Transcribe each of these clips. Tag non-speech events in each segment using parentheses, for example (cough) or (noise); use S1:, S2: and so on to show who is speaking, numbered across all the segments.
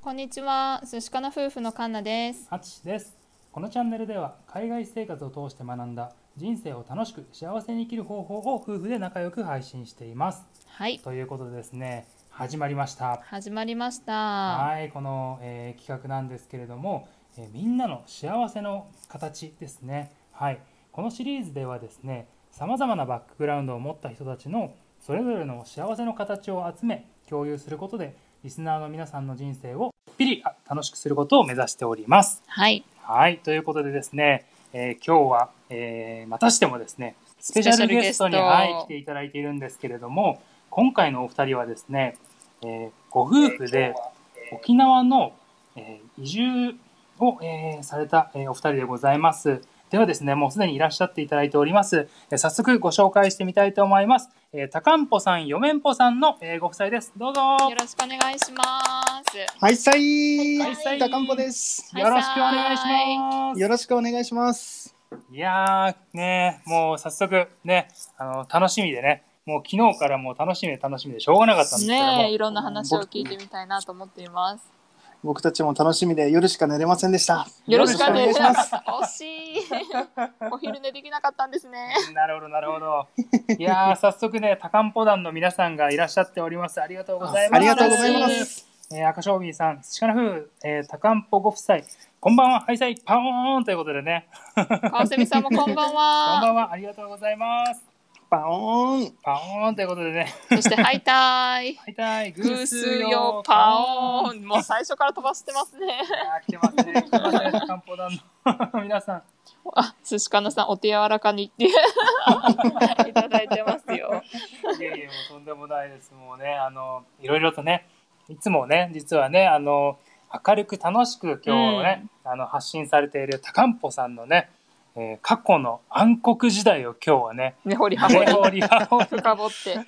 S1: こんにちは、寿司かな夫婦のカンナです。
S2: あつしですこのチャンネルでは海外生活を通して学んだ人生を楽しく幸せに生きる方法を夫婦で仲良く配信しています
S1: はい、
S2: ということでですね始まりました
S1: 始まりました。
S2: はいこの、えー企画なんですけれども、えーみんなの幸せの形ですねはいこのシリーズではですねさまざまなバックグラウンドを持った人たちのそれぞれの幸せの形を集め共有することでリスナーの皆さんの人生をピリあ楽しくすることを目指しております
S1: はい、
S2: はい、ということでですね、えー今日は、えーまたしてもですね、スペシャルゲストに
S1: スペシャルゲスト
S2: はい、来ていただいているんですけれども、今回のお二人はですね、えーご夫婦で沖縄の、えー移住を、えーされた、えーお二人でございます。ではですね、もうすでにいらっしゃっていただいております。えー早速ご紹介してみたいと思います。えー、高んぽさん、よめんぽさんの、えーご夫妻です。どうぞ。
S1: よろしくお願いします。
S3: はい、さい
S2: はいさい、
S3: 高んぽです。
S1: はい
S2: よろしくお願いします。
S3: よろしくお願いします。
S2: いやーねもう早速ねあの楽しみでねもう昨日からもう楽しみで楽しみでしょうがなかったんですけども、
S1: ねえ、いろんな話を聞いてみたいなと思っています。
S3: 僕たちも楽しみで夜しか寝れませんでした。
S1: よろしくお
S2: よ
S1: 願い
S2: ろしくお願い
S1: し
S2: し
S1: ま。
S2: ます
S1: 惜しい。お昼寝できなかったんですね。
S2: なるほどなるほどいやー早速ね多漢ポ団の皆さんがいらっしゃっておりますありがとうございます
S3: ありがとうございま
S1: 嬉しい
S3: す。
S2: えー、赤商品さん鹿の夫婦、えー、多漢ポご夫妻こんばんははいさいパオーンということでね
S1: 川蝉さんもこんばん
S2: こんば
S1: は。
S2: んはありがとうございます
S3: パオーン。
S2: パオーンということでね
S1: そして、ハイタイ。
S2: はいたい
S1: グースよパオーン。もう最初から飛ばしてますね。
S2: いやー来てますね来てますね多漢ポ団の皆さん
S1: あ、寿司かなさん、お手柔らか (laughs) にって。いただいてますよ。
S2: いやいや、もうとんでもないです。もうね、あの、いろいろとね、いつもね、実はね、あの、明るく楽しく今日ね、あの、発信されている高んぽさんのね、えー過去の暗黒時代を今日はね、
S1: ねほりはほり。
S2: 根掘
S3: (laughs)
S2: り葉掘り
S1: 深掘って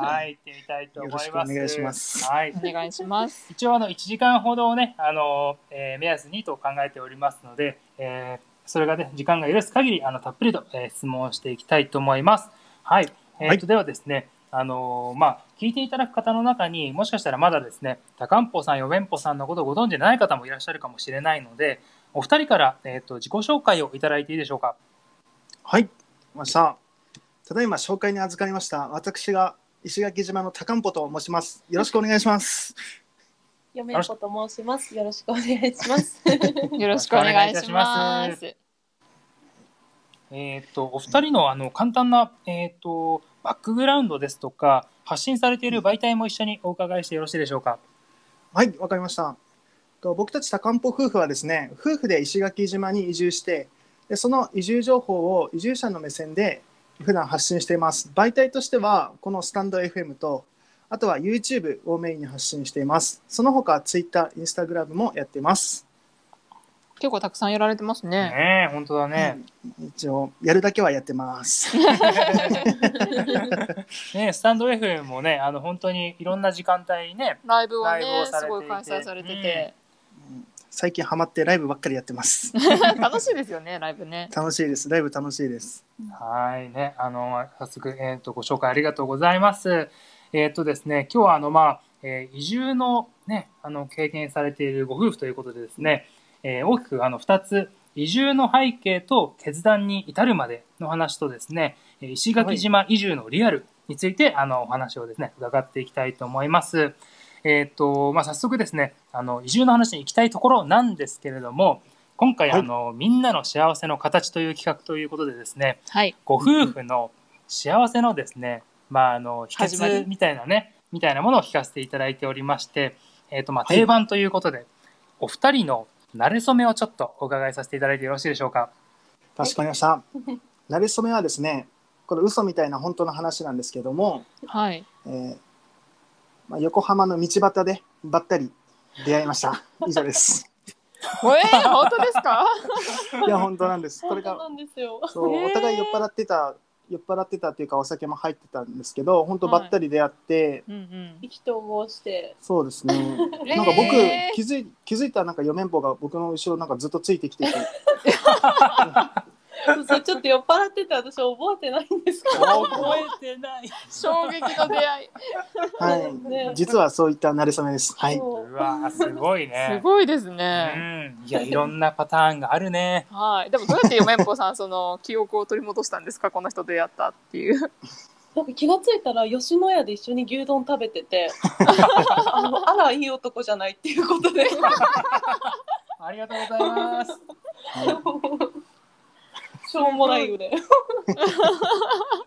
S2: はい、行ってみたいと思います。
S3: よろしくお願いします
S2: はい。
S1: お願いし (laughs) ます。
S2: 一応あの1時間ほどをね、あのえー目安にと考えておりますので、えーそれがね時間が許す限りあのたっぷりと、えー質問をしていきたいと思います。はい、えーと
S3: はい
S2: ではですね、あのーまあ聞いていただく方の中にもしかしたらまだですね、高んぽさん、よべんぽさんのことをご存知でない方もいらっしゃるかもしれないので、お二人からえっ、と自己紹介をいただいていいでしょうか。
S3: はい、ました。ただいま紹介に預かりました。私が石垣島の高んぽと申します。よろしくお願いします。
S4: よめんこと申します。よろしくお願いします。
S1: よろしくお願いしま。
S2: よろしくお願いいたしますえー、とお二人のあの簡単な、えー、とバックグラウンドですとか発信されている媒体も一緒にお伺いしてよろしいでしょうか。
S3: はい、わかりました。と僕たち高んぽ夫婦はですね、夫婦で石垣島に移住して、でその移住情報を移住者の目線で普段発信しています。媒体としては、このスタンド FM と、あとは YouTube をメインに発信しています。その他、Twitter、Instagram もやっています。
S1: 結構たくさんやられてますね。
S2: ねえ、本当だね。
S3: 一応、やるだけはやってます。
S2: ねえスタンド FM もね、あの本当にいろんな時間帯にね、
S1: ライブをね
S2: ライブをされ
S1: す
S2: ていて
S1: ごい開催されてて、
S3: 最近ハマってライブばっかりやってます。
S1: 楽しいですよねライブね。
S3: 楽しいです。ライブ楽しいです。
S2: はいね、あの早速えっ、とご紹介ありがとうございます。えっ、とですね、今日はあのまあ、えー移住のね、あの経験されているご夫婦ということでですね、えー大きくあの二つ移住の背景と決断に至るまでの話とですね、えー石垣島移住のリアルについて、あのお話をですね伺っていきたいと思います。えっ、とまあ早速ですね、あの移住の話に行きたいところなんですけれども。今回、
S3: はい
S2: あのみんなの幸せの形という企画ということでですね、
S1: はい。
S2: ご夫婦の幸せのですね、まあ、あの秘
S1: 始まり
S2: 訣みたいなねみたいなものを聞かせていただいておりまして、えーとまあ、
S3: はい
S2: 定番ということで、お二人の馴れ初めをちょっとお伺いさせていただいてよろしいでしょうか。
S3: かしこまりました。なれそめはですね、これ嘘みたいな本当の話なんですけども、
S1: はい。
S3: えーまあ、横浜の道端でばったり出会い
S1: (laughs)
S3: ました。以上です。
S1: えー、本当ですか？
S3: いや、本当なんです。これ
S4: そう
S3: が、
S4: なんですよ。
S3: そう
S1: へー
S3: お互い酔っ払ってた、酔っ払ってたっていうか、お酒も入ってたんですけど、本当
S1: は
S3: ば
S1: い
S3: ったり出会って、
S1: うんうん。
S4: 意気投合して。
S3: そうですね。
S1: えー
S3: なんか僕、
S1: (laughs)
S3: 気づい気づいたらなんか四面坊が僕の後ろなんかずっとついてきてて
S4: そうちょっと酔っ払ってて私覚えてないんですけど。
S2: 覚えてない。
S1: 衝撃の出会い。
S3: はい。実はそういった馴れ初めです。はい。
S4: そう
S2: うわー、すごいね。
S1: すごいです
S2: う
S1: ね。
S2: ん。いや、いろんなパターンがあるね。
S1: はい。でもどうやってゆめっぽさん、その記憶を取り戻したんですかこの人出会ったっていう。
S4: なんか気がついたら吉野家で一緒に牛丼食べててあのあらいい男じゃないっていうことで
S2: ありがとうございます。
S4: しょうもないよね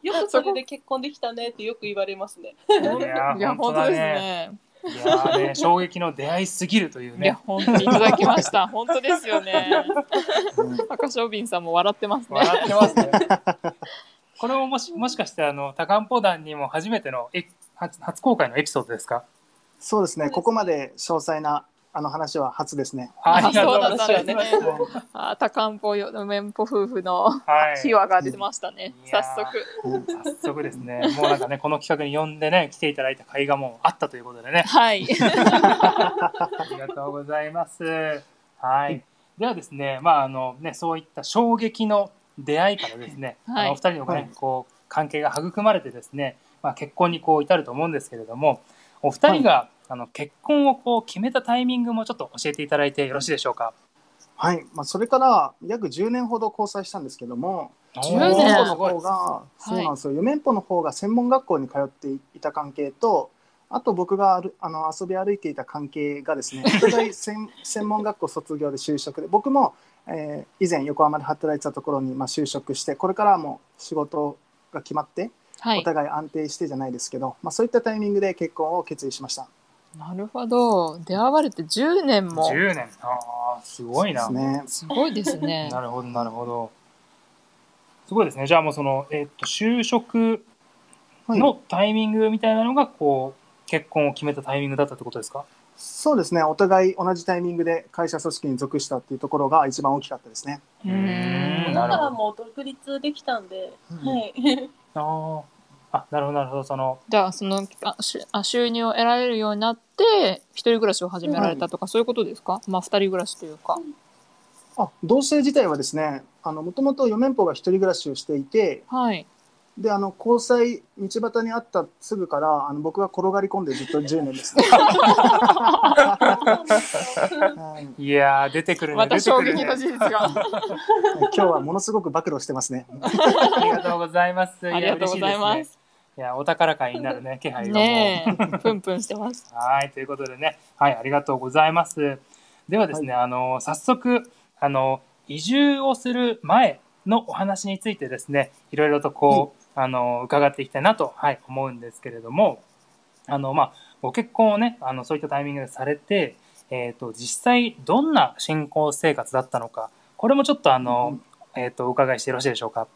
S4: よくそれで結婚できたねってよく言われますね
S2: いや
S1: いや、本
S2: ー、本
S1: 当
S2: 当だ
S1: です
S2: ね。
S1: ね。
S2: いやーね、衝撃の出会いすぎるという
S1: いや、
S2: ね。
S1: 本当にいただきました。本当ですよね。
S3: うん
S1: 赤ショウビンさんも笑ってますね。
S2: 笑ってま
S1: (laughs)
S2: すね。これももし、もしかして、あの、多漢方団にも初めてのエピ、初初公開のエピソードですか
S3: そうですね。ここまで詳細なあの話は初ですね。
S1: あ
S2: ありがとうございます
S1: そうだったんですね。あ、たかんぽよ、めんぽ夫婦の
S2: はい。
S1: 秘話が出てましたね。
S2: いや
S1: 早
S2: ー
S1: 速。
S3: うん
S2: 早速ですね、もうなんかね、この企画に呼んでね、来ていただいた甲斐がもうあったということでね、 (laughs)
S1: はい。
S2: ありがとうございます。はい。ではですね、まあ、あのね、そういった衝撃の出会いからですね、
S1: はい
S2: あのお二人のね、
S3: はい
S2: こう、関係が育まれてですね、まあ、結婚にこう至ると思うんですけれども、お二人が、あの結婚をこう決めたタイミングもちょっと教えていただいてよろしいでしょうか。
S3: はい。まあそれから約10年ほど交際したんですけども、
S1: 10
S3: ユメン
S1: 年
S3: ポ
S2: す
S3: の
S2: ごい
S3: 方が、そうなんですよ。ユメンポの方が専門学校に通っていた関係と、あと僕があるあの遊び歩いていた関係がですね、お互い専専門学校卒業で就職で、僕も、えー以前横浜で働いてたところに、まあ、就職して、これからはもう仕事が決まって、
S1: は
S3: お
S1: い。
S3: 互い安定してじゃないですけど、まあ、そういったタイミングで結婚を決意しました。
S1: なるほど。出会われて10年も。
S2: 10年。ああ、すごいな。
S3: そうですね。
S1: すごいですね。
S2: (laughs) なるほど、なるほど。すごいですね。じゃあもうその、えっと、就職
S3: はい
S2: のタイミングみたいなのが、こう、結婚を決めたタイミングだったってことですか
S3: そうですね。お互い同じタイミングで会社組織に属したっていうところが一番大きかったですね。
S1: う
S2: うん
S1: ん。
S2: なる
S4: だか
S2: ほど
S4: らもう独立できたんで、
S3: うん
S4: はい
S2: ああ。あ、なるほど、なるほど。その、
S1: じゃあ、その、あしあ収入を得られるようになって、一人暮らしを始められたとか、そういうことですかまあ、二人暮らしというか。
S3: あ、同棲自体はですね、あの、もともと4年俸が一人暮らしをしていて、
S1: はい。
S3: で、あの、交際、道端にあったすぐから、あの、僕が転がり込んでずっと10年です (laughs) ね。はい
S2: いやー、出てくるね。
S1: また
S2: 出てく
S1: 衝
S2: る
S1: 撃
S2: ね
S1: の事実が。
S3: 今日はものすごく暴露してます (laughs) ね。
S2: ありがとうございます。
S1: ありがとうござい
S2: や
S1: ま。
S2: 嬉しですねいや、お宝会になるね、気配がもう。
S1: ねえ。プンプンして
S2: (laughs)
S1: ます。
S2: はい、ということでね、はい、ありがとうございます。ではですね、あの、早速、あの、移住をする前のお話についてですね、いろいろとこう、あの、伺っていきたいなと、はい、思うんですけれども、あの、まあ、ご結婚をね、あの、そういったタイミングでされて、えっ、と、実際、どんな新婚生活だったのか、これもちょっとあの、えっ、と、お伺いしてよろしいでしょうか。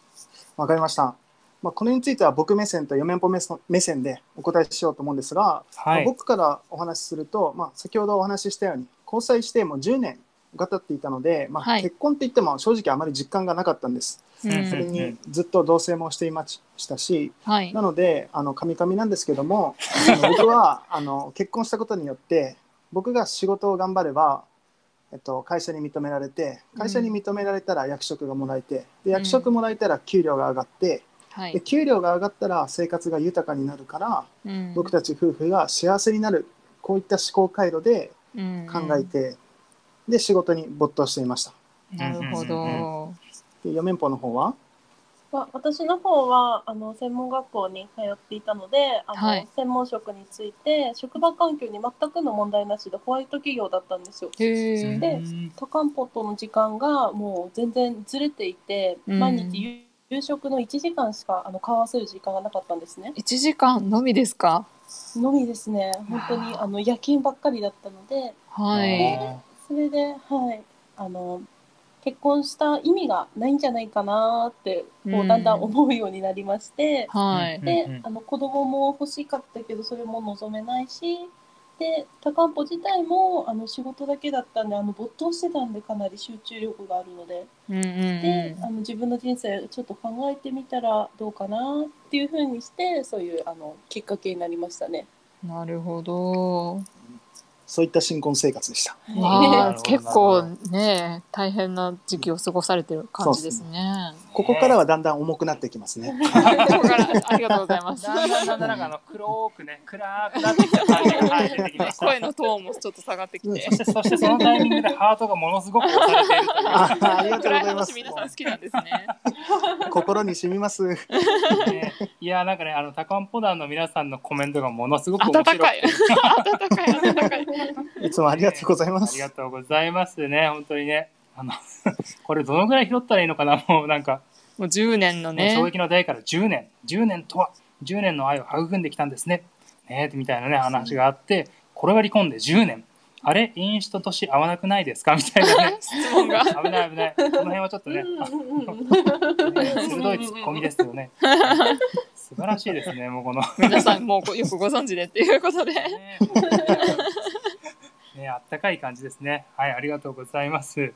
S3: わかりました。まあ、これについては僕目線と4面歩目そ目線でお答えしようと思うんですが、
S2: は
S3: まあ
S2: い。
S3: 僕からお話しすると、まあ、先ほどお話ししたように交際してもう10年が経っていたので、ま
S1: は
S3: あ、
S1: い
S3: 結婚って言っても正直あまり実感がなかったんです、
S1: う
S3: それ
S1: ん。
S3: にずっと同棲もしていましたし
S1: はい
S3: な。のであのカミカミなんですけどもあの僕はあの結婚したことによって僕が仕事を頑張れば、えっと、会社に認められて会社に認められたら役職がもらえてで役職もらえたら給料が上がって
S1: は
S3: で
S1: い。
S3: 給料が上がったら生活が豊かになるから
S1: うん
S3: 僕たち夫婦が幸せになるこういった思考回路で考えて、で仕事に没頭していました
S1: うんなるほ
S2: うんうん
S1: ど。
S3: で4面法の方は
S4: まあ、私の方はあの専門学校に通っていたのであの、
S1: はい
S4: 専門職について職場環境に全くの問題なしでホワイト企業だったんですよ。
S1: へ
S2: う
S1: え。
S2: ん
S4: トカンポとの時間がもう全然ずれていて、
S1: うん
S4: 毎日夕食の1時間しかあの顔合わせる時間がなかったんですね。
S1: 1時間のみですか
S4: のみですね本当にあの夜勤ばっかりだったので
S1: はい。
S2: あ
S4: それではいあの結婚した意味がないんじゃないかなってこ
S1: う
S4: うんだんだん思うようになりまして、
S2: ー
S1: はい。
S2: うんうんう
S4: で
S2: ん
S4: あの子供も欲しかったけどそれも望めないしで高んぽ自体もあの仕事だけだったんであの没頭してたんでかなり集中力があるので
S1: うんうん
S4: で
S1: う
S4: あの自分の人生ちょっと考えてみたらどうかなっていうふうにしてそういうあのきっかけになりましたね。
S1: ん。なるほど。
S3: そういった新婚生活でした。
S4: (laughs)
S1: まあ
S2: なるほど
S1: 結構ね大変な時期を過ごされてる感じですね。
S3: ここからはだんだん重くなってきますね。
S1: ここからありがとうございます。
S2: だんだんだんだんなんかあの黒くね暗くなってきた感じがはい出てきまし
S1: (laughs)
S2: た
S1: 声のトーンもちょっと下がってきて
S2: そ。してそしてそのタイミングでハートがものすごく押されているという
S3: あありがとう
S1: 暗
S3: ご
S1: い
S3: ざいます
S1: 話。皆さん好きなんですね。
S3: 心に染みます。
S2: ねいやなんかねあのタカンポダンの皆さんのコメントがものすごく面白
S1: 暖
S2: くて
S1: かい。 (laughs) 暖かい暖かい。
S3: いつもありがとうございま
S2: あり (laughs)
S3: す
S2: が。とうございますね本当にねあの (laughs) これどのぐらい拾ったらいいのかなもうなんか、
S1: もう10年の
S2: ね、
S1: ね
S2: 衝。撃の代から10年10年とは10年の愛を育んできたんですねねみたいなね話があってこれが離婚で10年あれ飲酒と年合わなくないですかみたいなね
S1: (laughs) 質問が。
S2: 危ない危ないこの辺はちょっとねあ
S4: (laughs)
S2: 鋭いツッコミです
S1: (laughs)
S2: よね素晴らしいですねもうこの
S1: 皆さんもうごよくご存知でっていうことで。
S2: ねね、あったかい感じですね。はい、ありがとうございます。
S3: うん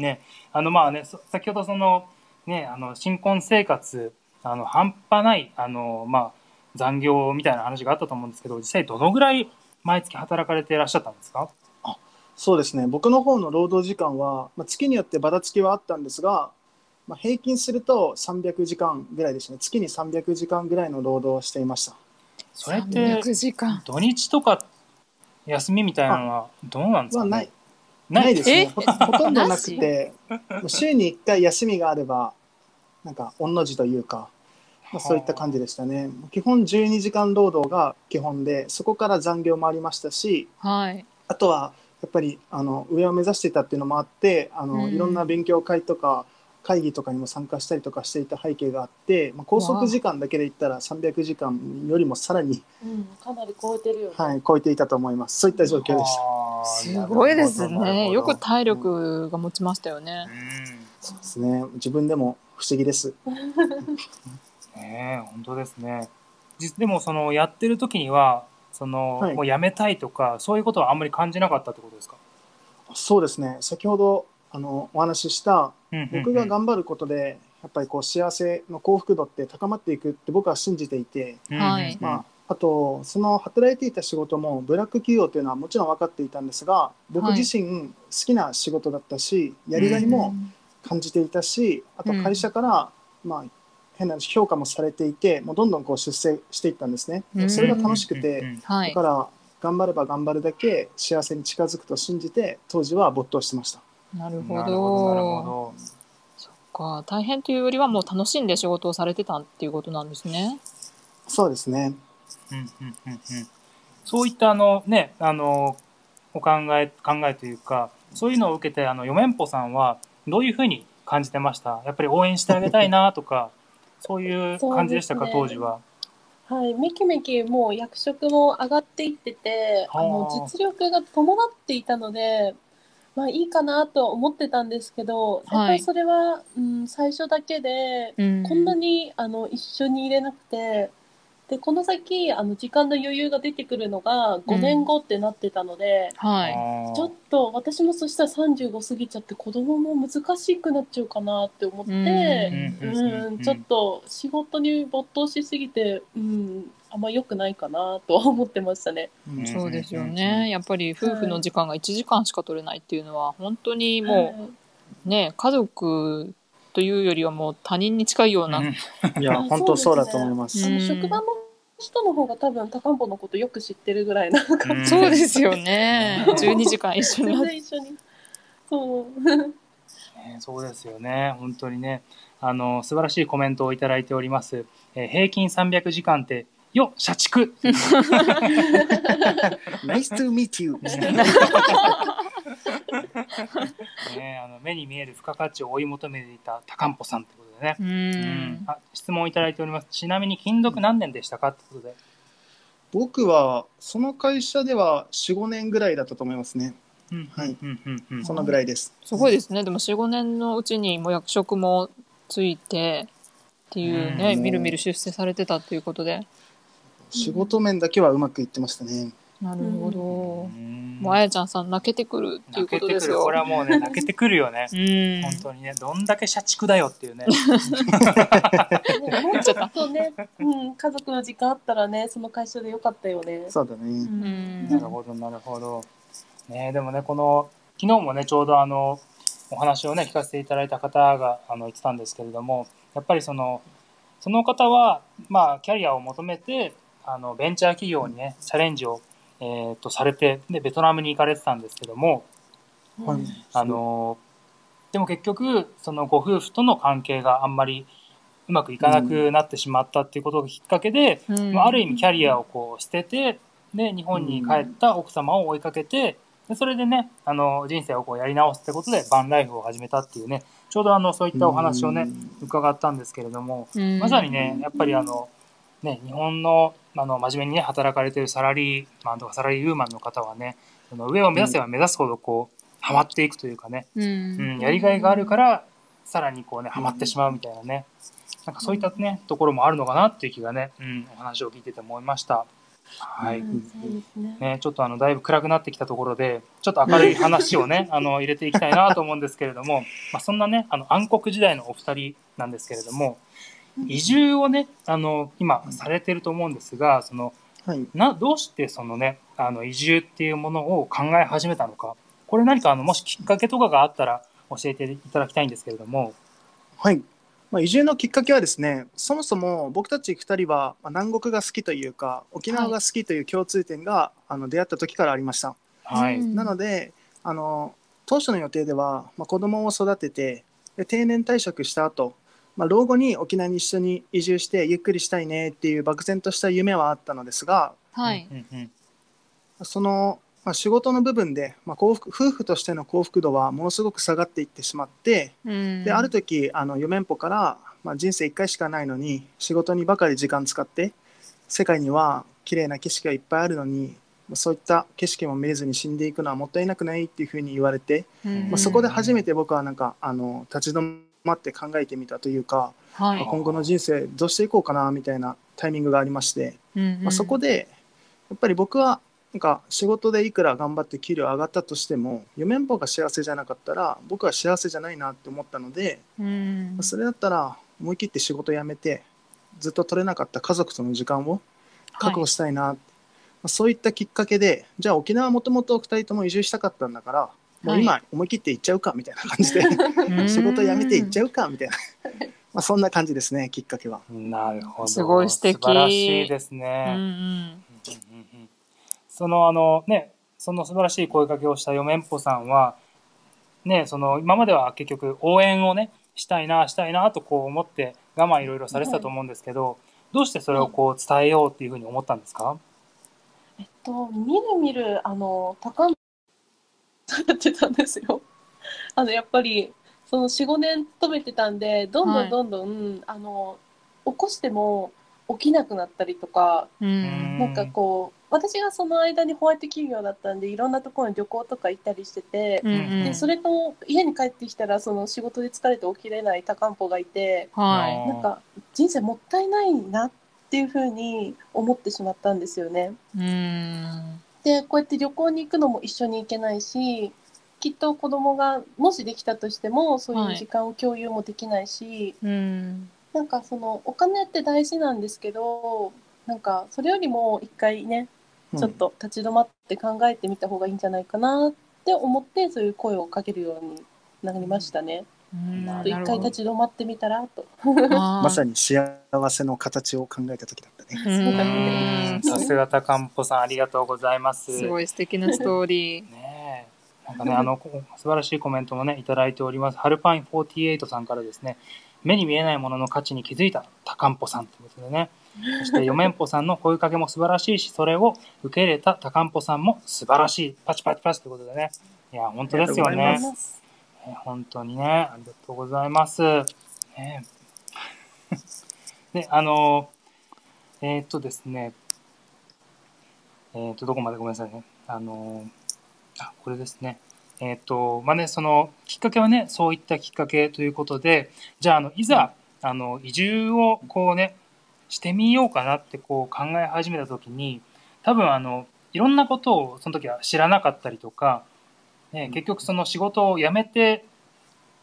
S2: ね、あの、まあね、そ先ほどその、ね、あの、新婚生活、あの、半端ない、あの、まあ、残業みたいな話があったと思うんですけど、実際どのぐらい毎月働かれていらっしゃったんですか
S3: そうですね。僕の方の労働時間は、まあ、月によってばらつきはあったんですが、まあ、平均すると300時間ぐらいですね。月に300時間ぐらいの労働をしていました。
S2: それって、
S1: 時間。
S2: 土日とか休みみたいなのはどうなんです
S3: は
S2: かね
S3: ない、
S2: ない
S3: ないです
S1: え
S3: ね。ほほとんどなくて、もう週に1回休みがあれば、なんか、御の字というか、まあ、そういった感じでしたね。基本12時間労働が基本で、そこから残業もありましたし、
S1: はい。
S3: あとはやっぱりあの上を目指していたっていうのもあってあの、
S1: うん
S3: いろんな勉強会とか会議とかにも参加したりとかしていた背景があって、まあ、拘束時間だけで言ったら300時間よりもさらに、
S4: うん、かなり超えてるよね。
S3: はい、超えていたと思いますそういった状況でした。
S2: あー
S1: すごいです
S2: なるほ
S1: ね。
S2: ど
S1: よく体力が持ちましたよね。
S2: うん
S3: そうですね自分でも不思議です。
S2: ねえ本当ですね実でもそのやってる時にはその、
S3: はい
S2: もうやめたいとかそういうことはあんまり感じなかったってことですか、
S3: そうですね先ほどあのお話しした
S2: うんうんうん
S3: 僕が頑張ることでやっぱりこう幸せの幸福度って高まっていくって僕は信じていて、
S1: はい
S2: うんうんうん
S3: まあ、あとその働いていた仕事もブラック企業というのはもちろん分かっていたんですが僕
S1: はい
S3: 自身好きな仕事だったし、やりがいも感じていたし、あと会社から、まあ、変な評価もされていてもうどんどんこう出世していったんですね
S1: うん
S3: それが楽しく
S2: うんう
S3: て
S2: んうん
S1: は
S3: だ
S1: い
S3: か。ら頑張れば頑張るだけ幸せに近づくと信じて当時は没頭してました。
S1: なるほ
S2: なるほどなるほ
S1: ど。
S2: ど
S1: そっか。大変というよりはもう楽しんで仕事をされてたっていうことなんですね。
S3: そうですね
S2: うんうんうんうんそういったあのねあのお考え考えというかそういうのを受けてあの四面歩さんはどういうふうに感じてましたやっぱり応援してあげたいなとかそういう感じでしたか、
S4: そう
S2: 当
S4: ですね
S2: 時は。
S4: はい、めきめきもう役職も上がっていってて、
S2: は
S4: あ
S2: あ
S4: の実力が伴っていたので、まあいいかなとは思ってたんですけど、やっぱりそれは、うん、最初だけで、
S1: うん
S4: こんなにあの一緒にいれなくて、で、この先、あの時間の余裕が出てくるのが5年後ってなってたので、
S1: は
S2: あ
S1: い。
S2: ー
S4: ちょっと私もそしたら35過ぎちゃって子供も難しくなっちゃうかなって思って、
S1: うん
S4: うん、ちょっと仕事に没頭しすぎて、うん、あんま良くないかなとは思ってましたね。
S3: うん
S2: うん
S1: そうですよ
S2: うんうん
S1: ね。やっぱり夫婦の時間が1時間しか取れないっていうのは本当にも
S4: う、
S1: うね、家族というよりはもう他人に近いような。
S2: うん
S1: (laughs)
S3: いや
S4: あ
S3: 本当そうだと思いま
S1: そ
S3: す。
S1: うで
S4: あの
S1: うん
S4: 職場の人の方が多分高んぼのことよく知ってるぐらいな感
S2: うん
S1: そうですよね。12時間一
S4: じ
S1: 緒にな
S4: (laughs)
S1: って
S4: で一緒に。そう。
S2: ねそうですよね。本当にね。あの、素晴らしいコメントをいただいております。えー平均300時間って、よ、社畜
S1: (laughs)
S3: nice to
S1: (laughs)
S3: meet you
S2: ねあの目に見える付加価値を追い求めていた高んぽさんってことでね。
S1: う。
S2: うんあ質問をいただいております。ちなみに勤続何年でしたかってことで。
S3: 僕はその会社では45年ぐらいだったと思いますね
S2: うん
S3: はい
S2: うんうんうん
S3: そのぐらいです、
S1: すごいですね。でも4、5年のうちにもう役職もついてっていうね、
S3: うん
S1: みるみる出世されてたっていうことで。
S3: 仕事面だけはうまくいってましたね
S1: なるほど。
S2: うん
S1: もうあやちゃんさん泣けてくるっていう
S2: 泣
S1: こ
S2: け
S1: と
S2: て
S1: で
S2: く
S1: す
S2: る
S1: よ
S2: これ。はもうね泣けてくるよね
S1: うん。
S2: 本当にねどんだけ社畜だよっていうね
S4: ねもうちょっとね、うん、家族の時間あったらね、その会社でよかったよね。
S3: そうだね。
S1: う
S2: なんるほどなるほどねでもねこの昨日もねちょうどあのお話をね聞かせていただいた方があの言ってたんですけれどもやっぱりそのその方はまあキャリアを求めてあのベンチャー企業にねチャレンジを、えーとされてでベトナムに行かれてたんですけども、
S4: う
S3: はい
S4: ん
S2: あのでも結局そのご夫婦との関係があんまりうまくいかなくなってしまったっていうことがきっかけで、
S1: うん
S2: まあ、ある意味キャリアをこう捨ててで日本に帰った奥様を追いかけてでそれでねあの人生をこうやり直すってことでバンライフを始めたっていうねちょうどあのそういったお話をね伺ったんですけれども
S1: うん
S2: まさにねやっぱりあの、ね、日本のあの真面目にね働かれてるサラリーマンとかサラリーウーマンの方はねその上を目指せば目指すほどこうハマっていくというかね
S1: う。
S2: うんん、やりがいがあるからさらにこうねハマってしまうみたいなね、なんかそういったねところもあるのかなっていう気がね、うん、お話を聞いてて思いました。はい、
S4: うんそうですね。
S2: ね、ちょっとあのだいぶ暗くなってきたところでちょっと明るい話をねあの入れていきたいなと思うんですけれども、まあ、そんなねあの暗黒時代のお二人なんですけれども移住をねあの今されてると思うんですがその
S3: はい。
S2: などうしてそのねあの移住っていうものを考え始めたのかこれ何かあのもしきっかけとかがあったら教えていただきたいんですけれども、
S3: はい。まあ、移住のきっかけはですね、そもそも僕たち2人はまあ南国が好きというか、沖縄が好きという共通点が、あの出会った時からありました。
S2: はい
S1: うん
S3: なので、あの当初の予定では、まあ、子供を育ててで定年退職した後、まあ老後に沖縄に一緒に移住してゆっくりしたいねっていう漠然とした夢はあったのですが、
S1: はい。
S2: うんうん
S3: その、まあ、仕事の部分で、まあ、幸福夫婦としての幸福度はものすごく下がっていってしまって
S1: うん。
S3: である時あの四面ポから、まあ、人生1回しかないのに仕事にばかり時間使って世界には綺麗な景色がいっぱいあるのにまあそういった景色も見れずに死んでいくのはもったいなくないっていうふうに言われて、
S1: うん
S3: まあ、そこで初めて僕はなんかあの立ち止まって考えてみたというか、
S1: は
S3: まあ
S1: い。
S3: 今後の人生どうしていこうかなみたいなタイミングがありまして。まあ、そこ
S1: で。
S3: でやっぱり僕はなんか仕事でいくら頑張って給料上がったとしても夢んぼが幸せじゃなかったら僕は幸せじゃないなって思ったので、
S1: うん
S3: まあ。それだったら思い切って仕事辞めてずっと取れなかった家族との時間を確保したいな、まあそういったきっかけでじゃあ沖縄もともと2人とも移住したかったんだからもう今思い切って行っちゃうかみたいな感じで、 (laughs) 仕事辞めて行っち
S1: ゃ
S3: ゃうかみた
S4: (laughs)
S3: いなまあそんな感じですねきっかけは。
S2: なるほど
S1: すごい素敵
S2: 素晴らしいです
S1: う
S2: ね、
S1: ん
S2: うんうんうんそのあのねその素晴らしい声かけをした四面歩さんはねその今までは結局応援をねしたいなしたいなとこう思って我慢いろいろされてたと思うんですけど、どうしてそれをこう伝えようっていうふうに思ったんですか、
S4: えっと、みるみる、あの、高め。やってたんですよ。あの、やっぱり、その四五年勤めてたんで、どんど
S1: はい
S4: んどんどん、あの。起こしても、起きなくなったりとか、
S1: うん。うん。
S4: なんかこう、私がその間にホワイト企業だったんで、いろんなところに旅行とか行ったりしてて。
S1: うんうん
S4: でそれと家に帰ってきたらその仕事で疲れて起きれない高んぽがいて
S1: は
S4: なんか人生もったいないなっていうふうに思ってしまったんですよね。
S1: い。うん。
S4: でこうやって旅行に行くのも一緒に行けないしきっと子供がもしできたとしてもそういう時間を共有もできないし、
S1: うん。
S4: なんかそのお金って大事なんですけどなんかそれよりも一回ねちょっと立ち止まって考えてみた方がいいんじゃないかなって思ってそういう声をかけるようになりましたね。
S1: うん
S2: な
S4: 一
S2: るほ
S4: 回
S2: ど
S4: 立ち止まってみたらと。
S3: ま
S1: ま
S3: さに幸せの形を考えた時だったね。
S4: そうだ
S1: ね
S4: ね
S2: さすが高んぽさんありがとうございます。
S1: すごい素敵なストーリー。
S2: ねえなんかね、あの、こ素晴らしいコメントもね、いただいております。ハルパイン48さんからですね、目に見えないものの価値に気づいた高んぽさんということでね、そして、四面ぽさんの声かけも素晴らしいし、それを受け入れた高んぽさんも素晴らしい。パチパチパチということでね。いや、本当ですよ
S3: ありが
S2: ね
S3: とうござい。
S2: ね本当にね、ありがとうございます。ね、 (laughs) で、あの、えーっとですね、えーっと、どこまでごめんなさいね。あの、あ、これですね。えーっと、まあね、その、きっかけはね、そういったきっかけということで、じゃあ、あの、いざ、あの、移住をこうね、してみようかなってこう考え始めたときに、多分あの、いろんなことをその時は知らなかったりとか、ね、結局その仕事を辞めて、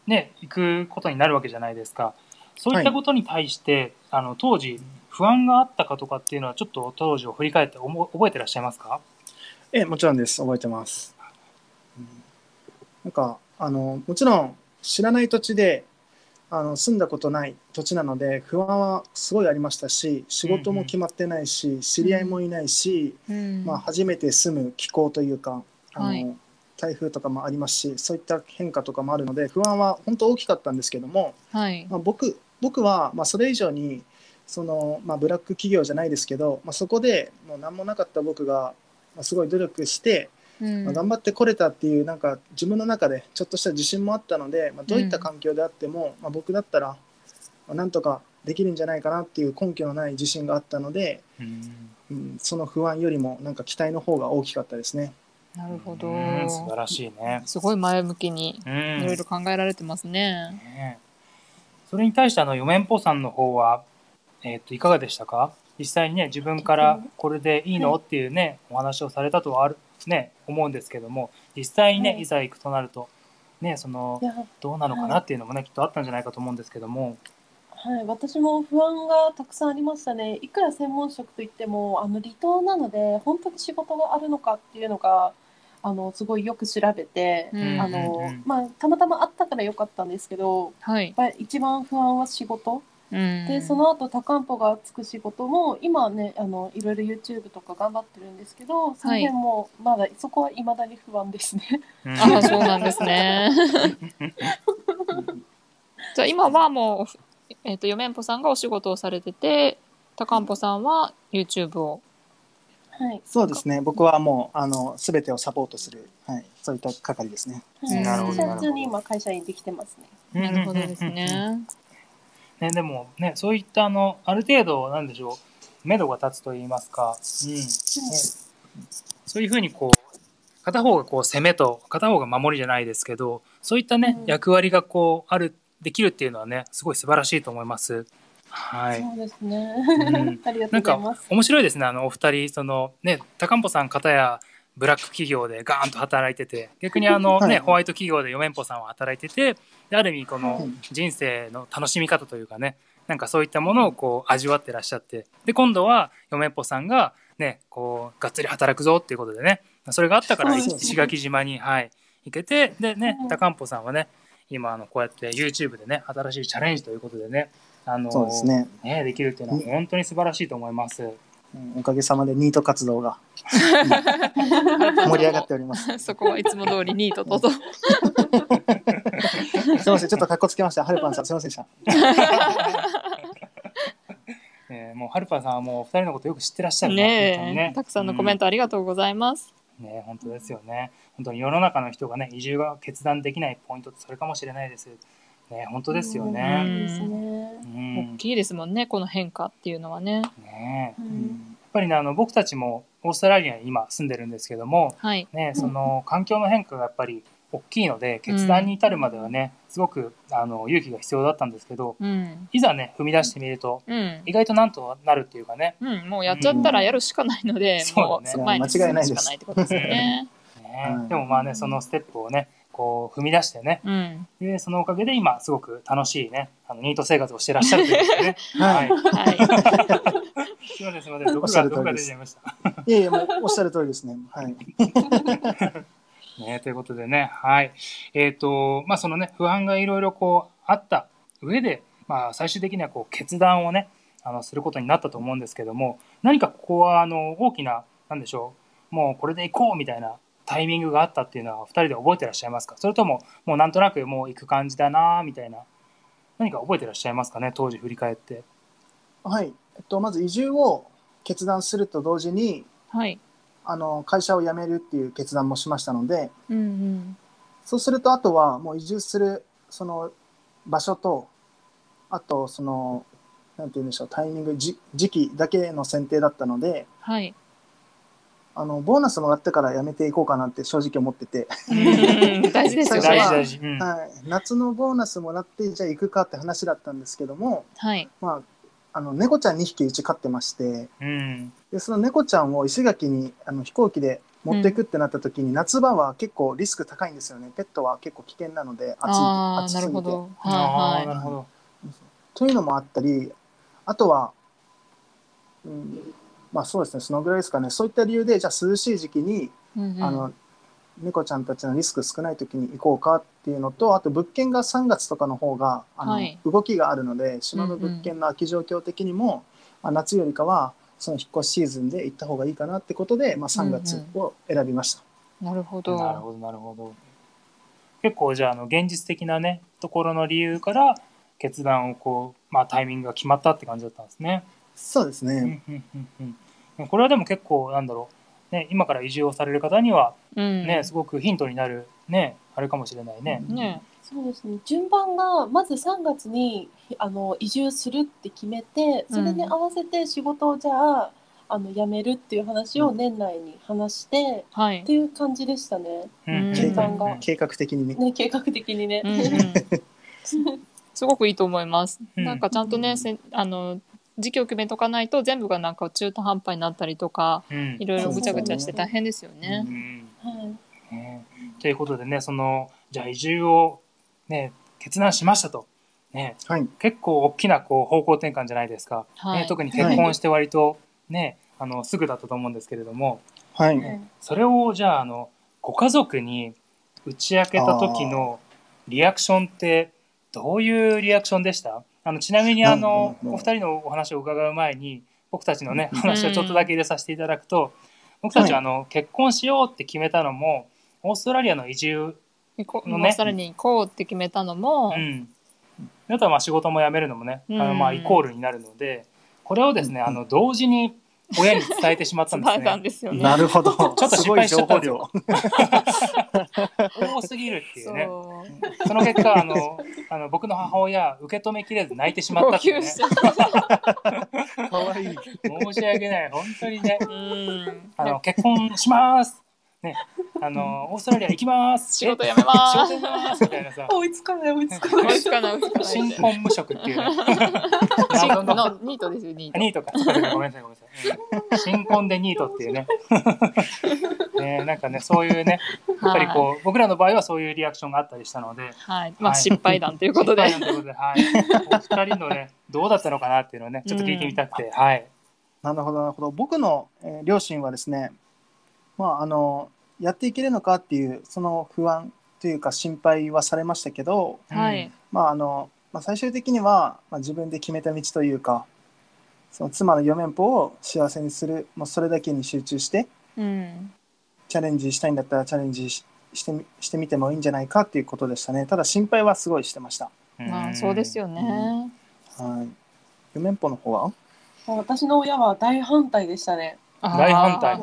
S2: ね、行くことになるわけじゃないですか。そういったことに対して、あの当時不安があったかとかっていうのはちょっと当時を振り返っておも覚えてらっしゃいますか
S3: ええ、もちろんです。覚えてます。うんなんか、あの、もちろん知らない土地で、あの、住んだことない土地なので、不安はすごいありましたし、仕事も決まってないし、知り合いもいないし、
S1: うん
S3: まあ、初めて住む気候というか、あの、
S1: はい
S3: 台風とかもありますし、そういった変化とかもあるので、不安は本当大きかったんですけども、
S1: はい。
S3: まあ、僕僕はまあそれ以上にその、まあ、ブラック企業じゃないですけど、まあ、そこでもう何もなかった僕がまあすごい努力して、
S1: うん
S3: まあ、頑張ってこれたっていうなんか自分の中でちょっとした自信もあったので、まあ、どういった環境であっても、まあ、僕だったらまあなんとかできるんじゃないかなっていう根拠のない自信があったので、うん、その不安よりもなんか期待の方が大きかったですね。
S1: なるほ
S2: うん素晴
S1: ど。
S2: らしいね。
S1: すごい前向きに
S2: うん
S1: いろいろ考えられてますね。
S2: ねそれに対してあの四面ぽさんの方は、えっといかがでしたか実際にね自分からこれでいいの、
S4: は
S2: っていうねお話をされたとはある、ね、思うんですけども実際にね、
S4: はい
S2: い、ざ行くとなると、ね、その
S4: いや
S2: どうなのかなっていうのもね、きっとあったんじゃないかと思うんですけども。
S4: はい、私も不安がたくさんありましたね。いくら専門職といっても、あの離島なので、本当に仕事があるのかっていうのが、あのすごいよく調べて、
S1: うん
S4: あの
S2: うん
S4: まあたまたまあったから良かったんですけど、
S1: はい。
S4: やっぱり一番不安は仕事。
S1: で
S4: で、その後、多漢方がつく仕事も、今ね、あのいろいろ YouTube とか頑張ってるんですけど、その辺もまだそこは未だに不安ですね。 (laughs)
S2: うん
S1: ああそうなんですね。 (laughs) じゃあ今はもうおふ、えっと四面ぽさんがお仕事をされてて高んぽさんは YouTube を。
S4: はい、
S3: そうですね僕はもうあの全てをサポートする、はい、そういった係ですね。
S4: はい、
S1: なるほど
S4: 私は普通に今会社員できてますね。
S1: なるほどです。ね。
S2: ね、でもね、そういったあの、ある程度、なんでしょう、目処が立つと言いますか、うん。ね、そういうふうにこう、片方がこう攻めと、片方が守りじゃないですけど、そういったね、
S4: うん
S2: 役割がこう、ある、できるっていうのはね、すごい素晴らしいと思います。はい。
S4: そうですね。
S2: ん
S4: (laughs) ありがと
S2: な
S4: うんございま
S2: か
S4: す。、
S2: 面白いですね、あの、お二人、その、ね、高んぽさん方や、ブラック企業でガーンと働いてて逆にあの、
S3: (laughs) は
S2: ね、
S3: い
S2: ホワイト企業で四面ぽさんは働いててである意味この
S3: はい
S2: 人生の楽しみ方というかねなんかそういったものをこう味わってらっしゃってで今度は嫁っぽさんがねこうがっつり働くぞっていうことでねそれがあったから
S3: そうですね
S2: 石垣島に、はい、行けてでね
S4: うん
S2: 高んぽさんはね今あのこうやって YouTube でね新しいチャレンジということでねあの
S3: そうですね、
S2: ねできるっていうのは本当に素晴らしいと思います。
S3: うんおかげさまでニート活動が盛り上がっておりま
S1: (laughs)
S3: す。
S4: (laughs)
S1: そこはいつも通りニートとと。
S3: すみません、ちょっと格好つけました。ハルパンさん、すみませんでした。
S2: えーもうハルパーさんはもうお二人のことよく知ってらっしゃる本当に
S1: ねえ、たくさんのコメン
S2: ト、
S1: トありがとうございます。
S2: うんね本当ですよね本当に世の中の人がね移住が決断できないポイントってそれかもしれないですね本当ですよ
S1: う
S2: ね
S1: ん
S4: ですね。
S2: うん、
S1: 大きいですもんね、この変化っていうのはね。
S2: ねえやっ
S4: うん
S2: ぱりねあの僕たちもオーストラリアに今住んでるんですけども
S1: はい。
S2: ねその環境の変化がやっぱり大きいので決断に至るまではね、すごくあの勇気が必要だったんですけど
S1: うん。
S2: いざね踏み出してみると
S1: うん
S2: 意。外となんとなるっていうかね
S1: うん、もうやっちゃったらやるしかないので、
S2: うん
S1: も
S2: そう
S3: だね
S1: 前に進むしか
S3: 間
S1: な
S3: 違
S1: いってことですよね。
S2: ね
S3: はい
S2: でもまあねそのステップをねこう踏み出してね
S1: うん。
S2: でそのおかげで今すごく楽しいねあのニート生活をしてらっしゃるということでね
S3: はい。
S1: はい。
S2: すいませんすいません毒
S3: おっしゃ
S2: が
S3: る通
S2: 毒が
S3: りで
S2: 出
S3: す
S2: ちゃいました
S3: いやいや、もうおっしゃる通りですね。はい。
S2: ね、ということでね、はい。えっ、と、まあ、そのね、不安がいろいろこう、あった上で、まあ、最終的にはこう、決断をね、あの、することになったと思うんですけども、何かここは、あの、大きな、なんでしょう、もうこれで行こうみたいなタイミングがあったっていうのは、二人で覚えてらっしゃいますかそれとも、もうなんとなくもう行く感じだなみたいな、何か覚えてらっしゃいますかね、当時振り返って。
S3: はい。えっと、まず移住を決断すると同時に、
S1: はい。
S3: あの、会社を辞めるっていう決断もしましたので、
S1: うんうん。
S3: そうすると、あとはもう移住する、その、場所と、あと、その、なんて言うんでしょう、タイミング、じ時期だけの選定だったので、
S1: はい。
S3: あの、ボーナスもらってから辞めていこうかなって正直思ってて、
S1: うん大事ですよ
S3: 最
S2: 大事
S3: 初
S1: ね。
S3: は
S2: 大事。うん。
S3: はい。夏のボーナスもらって、じゃあ行くかって話だったんですけども、
S1: はい。
S3: まあ、あの、猫ちゃん2匹うち飼ってまして、
S2: うん。
S3: ででその猫ちゃんを石垣にあの飛行機で持っていくってなった時に、夏場は結構リスク高いんですよねペットは結構危険なので
S1: ああ
S3: 暑い
S1: な
S3: 暑す
S1: る
S3: ぎ
S1: ほ
S3: て
S1: ど
S2: あ
S1: は
S2: ー
S1: いは
S2: なるほど。
S3: というのもあったりあとは、うん、まあそうですねそのぐらいですかねそういった理由でじゃあ涼しい時期に、
S1: い、うんうん
S3: あの猫ちゃんたちのリスク少ない時に行こうかっていうのとあと物件が3月とかの方があの、
S1: はい
S3: 動きがあるので島の物件の空き状況的にも、まあ夏よりかはその引っ越しシーズンで行った方がいいかなってことで、まあ、3月を選びました。
S1: なるほ
S2: なる
S1: ど
S2: ほどなるほど結構じゃああの現実的なねところの理由から決断をこうまあタイミングが決まったって感じだったんですね。
S3: そうです
S2: う
S3: ね、
S2: んうんうんうんこれはでも結構なんだろう、ね、今から移住をされる方には
S1: うん
S2: ね、すごくヒントになるねあれかもしれないね。
S1: ね
S4: そうですね順番がまず3月にあの移住するって決めてそれに合わせて仕事をじゃああの辞めるっていう話を年内に話して、
S1: はい
S4: っていう感じでしたね
S2: う
S1: うん
S2: ん
S3: 計
S2: う
S3: 画
S2: んうん
S3: 計画的にね
S4: ね計画的にね。
S1: うんうん (laughs) すごくいいと思います。
S2: うん
S1: なんかちゃんとね、せんあの時期を決めとかないと全部がなんか中途半端になったりとか、
S2: うん
S1: いろいろぐちゃぐちゃして大変ですよ
S3: そうそう
S1: ね
S2: う。ん
S4: はい
S2: ねということでねそのじゃあ移住を、ね、決断しましたと、ね、
S3: はい
S2: 結構大きなこう方向転換じゃないですか、
S1: はい
S2: ね特に結婚して割と、ねあのすぐだったと思うんですけれども
S3: はい、
S4: はい
S2: それをじゃああのご家族に打ち明けた時のリアクションってどういうリアクションでしたあのちなみにあの
S3: うんうんうん
S2: お二人のお話を伺う前に僕たちのね
S3: うん
S2: 話をちょっとだけ入れさせていただくと僕たちはあの結婚しようって決めたのもオーストラリアの移住
S1: 行こう
S2: ね
S1: もうさらに行こうって決めたのも
S2: う、ん、あとはまあ仕事も辞めるのもね、あのまあ
S1: うん
S2: イコールになるのでこれをですね、あの同時に親に伝えてしまったん
S1: 伝 (laughs) え
S2: です
S1: たん
S2: ね。
S1: ですよね。
S3: なるほど (laughs) ちょっ
S2: と失敗しちゃったんですよ多すぎるっていうね
S1: そう。
S2: その結果あの (laughs) あの僕の母親受け止めきれず泣いてしまっ
S1: 号
S2: たっていう
S1: 泣 (laughs)
S2: ね
S1: しちゃった。
S3: かわいい
S2: 申し訳ない本当にね
S1: うん
S2: あの結婚しますねあのオーストラリア行きます
S1: 仕事辞めます
S2: 仕事辞めますみたいな
S1: (laughs)
S2: さ
S4: 追いつかない追いつか
S1: 追
S4: ない
S1: いつか
S4: (laughs)
S1: ない追いつかない
S2: 新婚無職っていうね
S1: 新
S2: 謎の
S1: のニートですよニー
S2: あ
S1: ト。
S2: ニートか。そうかそうかごめんなさい、ごめんなさい。うん新婚でニートってい
S1: (laughs)
S2: うね。ねなんかね、そういうね、やっぱりこう、僕らの場合はそういうリアクションがあったりしたので、
S1: はい。まあ
S2: はい
S1: 失敗談ということで。
S2: 失敗談ということで、はい。お二人のね、どうだったのかなっていうのをね、ちょっと聞いてみたくて、はい。
S3: なるほどなるほど僕の、えー両親はですねまああのやっていけるのかっていうその不安というか心配はされましたけど、
S1: はい。
S3: まああのまあ、最終的には、まあ、自分で決めた道というかその妻の4面法を幸せにするもうそれだけに集中して
S1: うん。
S3: チャレンジしたいんだったらチャレンジししてみしてみてもいいんじゃないかっていうことでしたねただ心配はすごいしてました、
S2: うん
S1: まあそうです。よね。
S3: はい、4面法の方は
S4: 私の親は大反対でしたね。
S1: あー
S2: 大反対。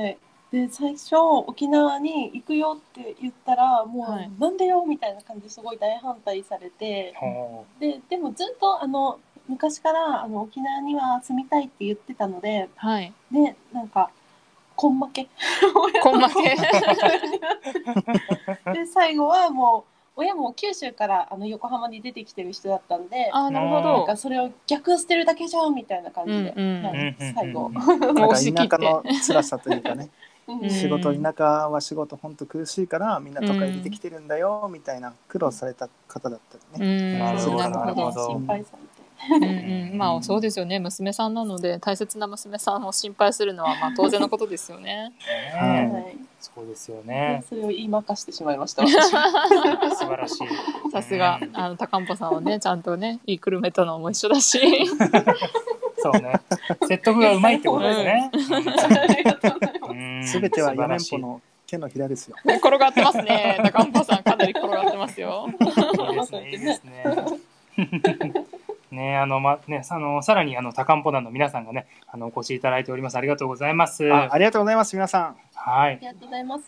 S4: はい。で最初沖縄に行くよって言ったらもう、
S1: はい
S4: なんでよみたいな感じですごい大反対されて
S2: ほ
S4: ででもずっとあの昔からあの沖縄には住みたいって言ってたので
S1: はい。
S4: でなんか根負け
S1: (laughs) 根
S2: (laughs)
S1: 負け
S4: (laughs) で最後はもう親も九州からあの横浜に出てきてる人だったんで
S1: ああなる
S4: なん
S1: ほ
S4: かそれを逆捨てるだけじゃんみたいな感じで、
S1: うんうん
S4: は
S2: う
S4: い
S2: うん
S4: 最
S1: ど。
S4: 後。
S3: なん
S1: もう
S3: か
S1: 押し切
S3: 田
S1: っ
S3: 舎
S1: て。
S3: の辛さというかね
S4: うん
S1: うん
S3: 仕事田舎は仕事ほんと苦しいからみんな都会出てきてるんだよみたいな苦労された方だったり
S1: うん。
S3: ね、
S2: なるほど
S1: なる
S2: なるほ
S1: ほど。
S2: ど
S4: 心配されて。
S1: うんうん。まあそうですよね。娘さんなので大切な娘さんを心配するのはまあ当然のことですよね。
S2: ね
S3: は
S4: はい
S2: そうですよね。
S4: それを言いまかしてしまいました。
S1: (laughs)
S4: 私は
S2: 素晴らしい。
S1: さすが
S2: うん
S1: あの高んぽさんをねちゃんとね言いくるめたのも一緒だし。
S2: そうね。説得がうまいってことですね。
S4: ありがとうございます。
S2: うん
S3: すべては
S2: 素晴
S3: 4
S2: ら
S3: 面
S2: し
S3: 歩
S2: い
S3: の手のひらですよ。
S1: 転がってますね。高んぽさんかなり転がってますよ。
S2: いいですね。いいですね。ねあのまねあのさらにあの高んぽ団の皆さんがねあのお越しいただいておりますありがとうございます。
S3: あありがとうございます皆さん。
S2: はい
S4: あ。りがとうございます。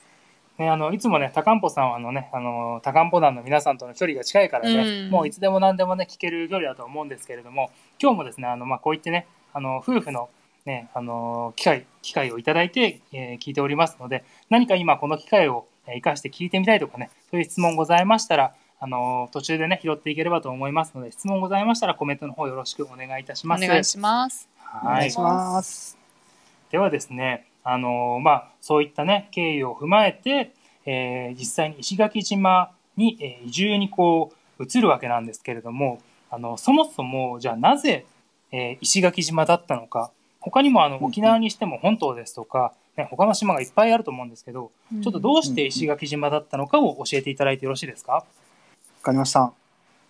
S2: ねあのいつもね高んぽさんはあのねあの高んぽ団の皆さんとの距離が近いからね、
S1: うん
S2: もういつでも何でもね聞ける距離だと思うんですけれども今日もですねあのまあこういってねあの夫婦のねあの機会機会をいただいて、えー聞いておりますので何か今この機会を生かして聞いてみたいとかねそういう質問ございましたらあの途中でね拾っていければと思いますので質問ございましたらコメントの方よろしくお願いいたし
S1: お
S2: ます。
S1: 願いします。
S3: お
S2: は
S3: 願
S2: い
S3: いします。
S2: ではですね、あのまあ、そういった、ね、経緯を踏まえて、えー実際に石垣島に、えー移住にこう移るわけなんですけれどもあのそもそもじゃあなぜ、えー石垣島だったのか他にもあの沖縄にしても本島ですとか、ね、他の島がいっぱいあると思うんですけどちょっとどうして石垣島だったのかを教えていただいてよろしいですか、
S3: わかりました。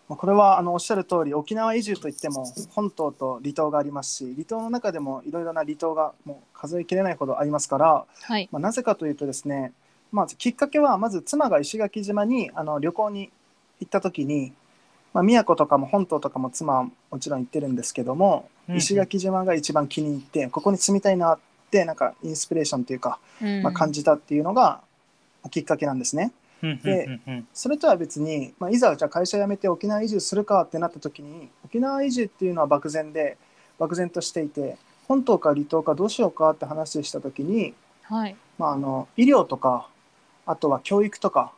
S3: まあこれはあのおっしゃる通り沖縄移住といっても本島と離島がありますし離島の中でもいろいろな離島がもう数えきれないほどありますから、
S1: はい。
S3: まあ、なぜかというとですね、まあ、きっかけはまず妻が石垣島にあの旅行に行った時に、まあ、宮古とかも本島とかも妻はもちろん行ってるんですけども、
S2: うんうん
S3: 石垣島が一番気に入ってここに住みたいなってなんかインスピレーションというか、まあ、感
S1: じ。
S3: じたっていうのがきっかけなんですね。
S2: うんうんうんうん
S3: それとは別に、まあ、いざじゃあ会社辞めて沖縄移住するかってなった時に沖縄移住っていうのは漠然で漠然としていて本島か離島かどうしようかって話をした時に、
S1: はい。
S3: まあ、あの医療とかあとは教育とか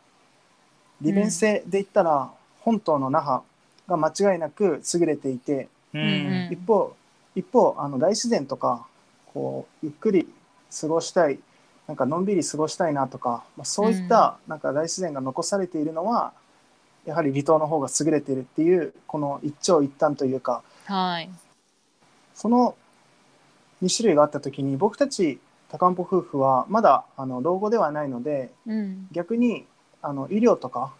S3: 利便性で言ったら本島の那覇が間違いなく優れていて、
S2: うん
S1: うん
S3: 一方一方あの大自然とかこうゆっくり過ごしたいなんかのんびり過ごしたいなとか、まあ、そういったなんか大自然が残されているのは、やはり離島の方が優れているっていうこの一長一短というか
S1: はい。
S3: その2種類があった時に僕たち高んぽ夫婦はまだあの老後ではないので
S1: うん。
S3: 逆にあの医療とか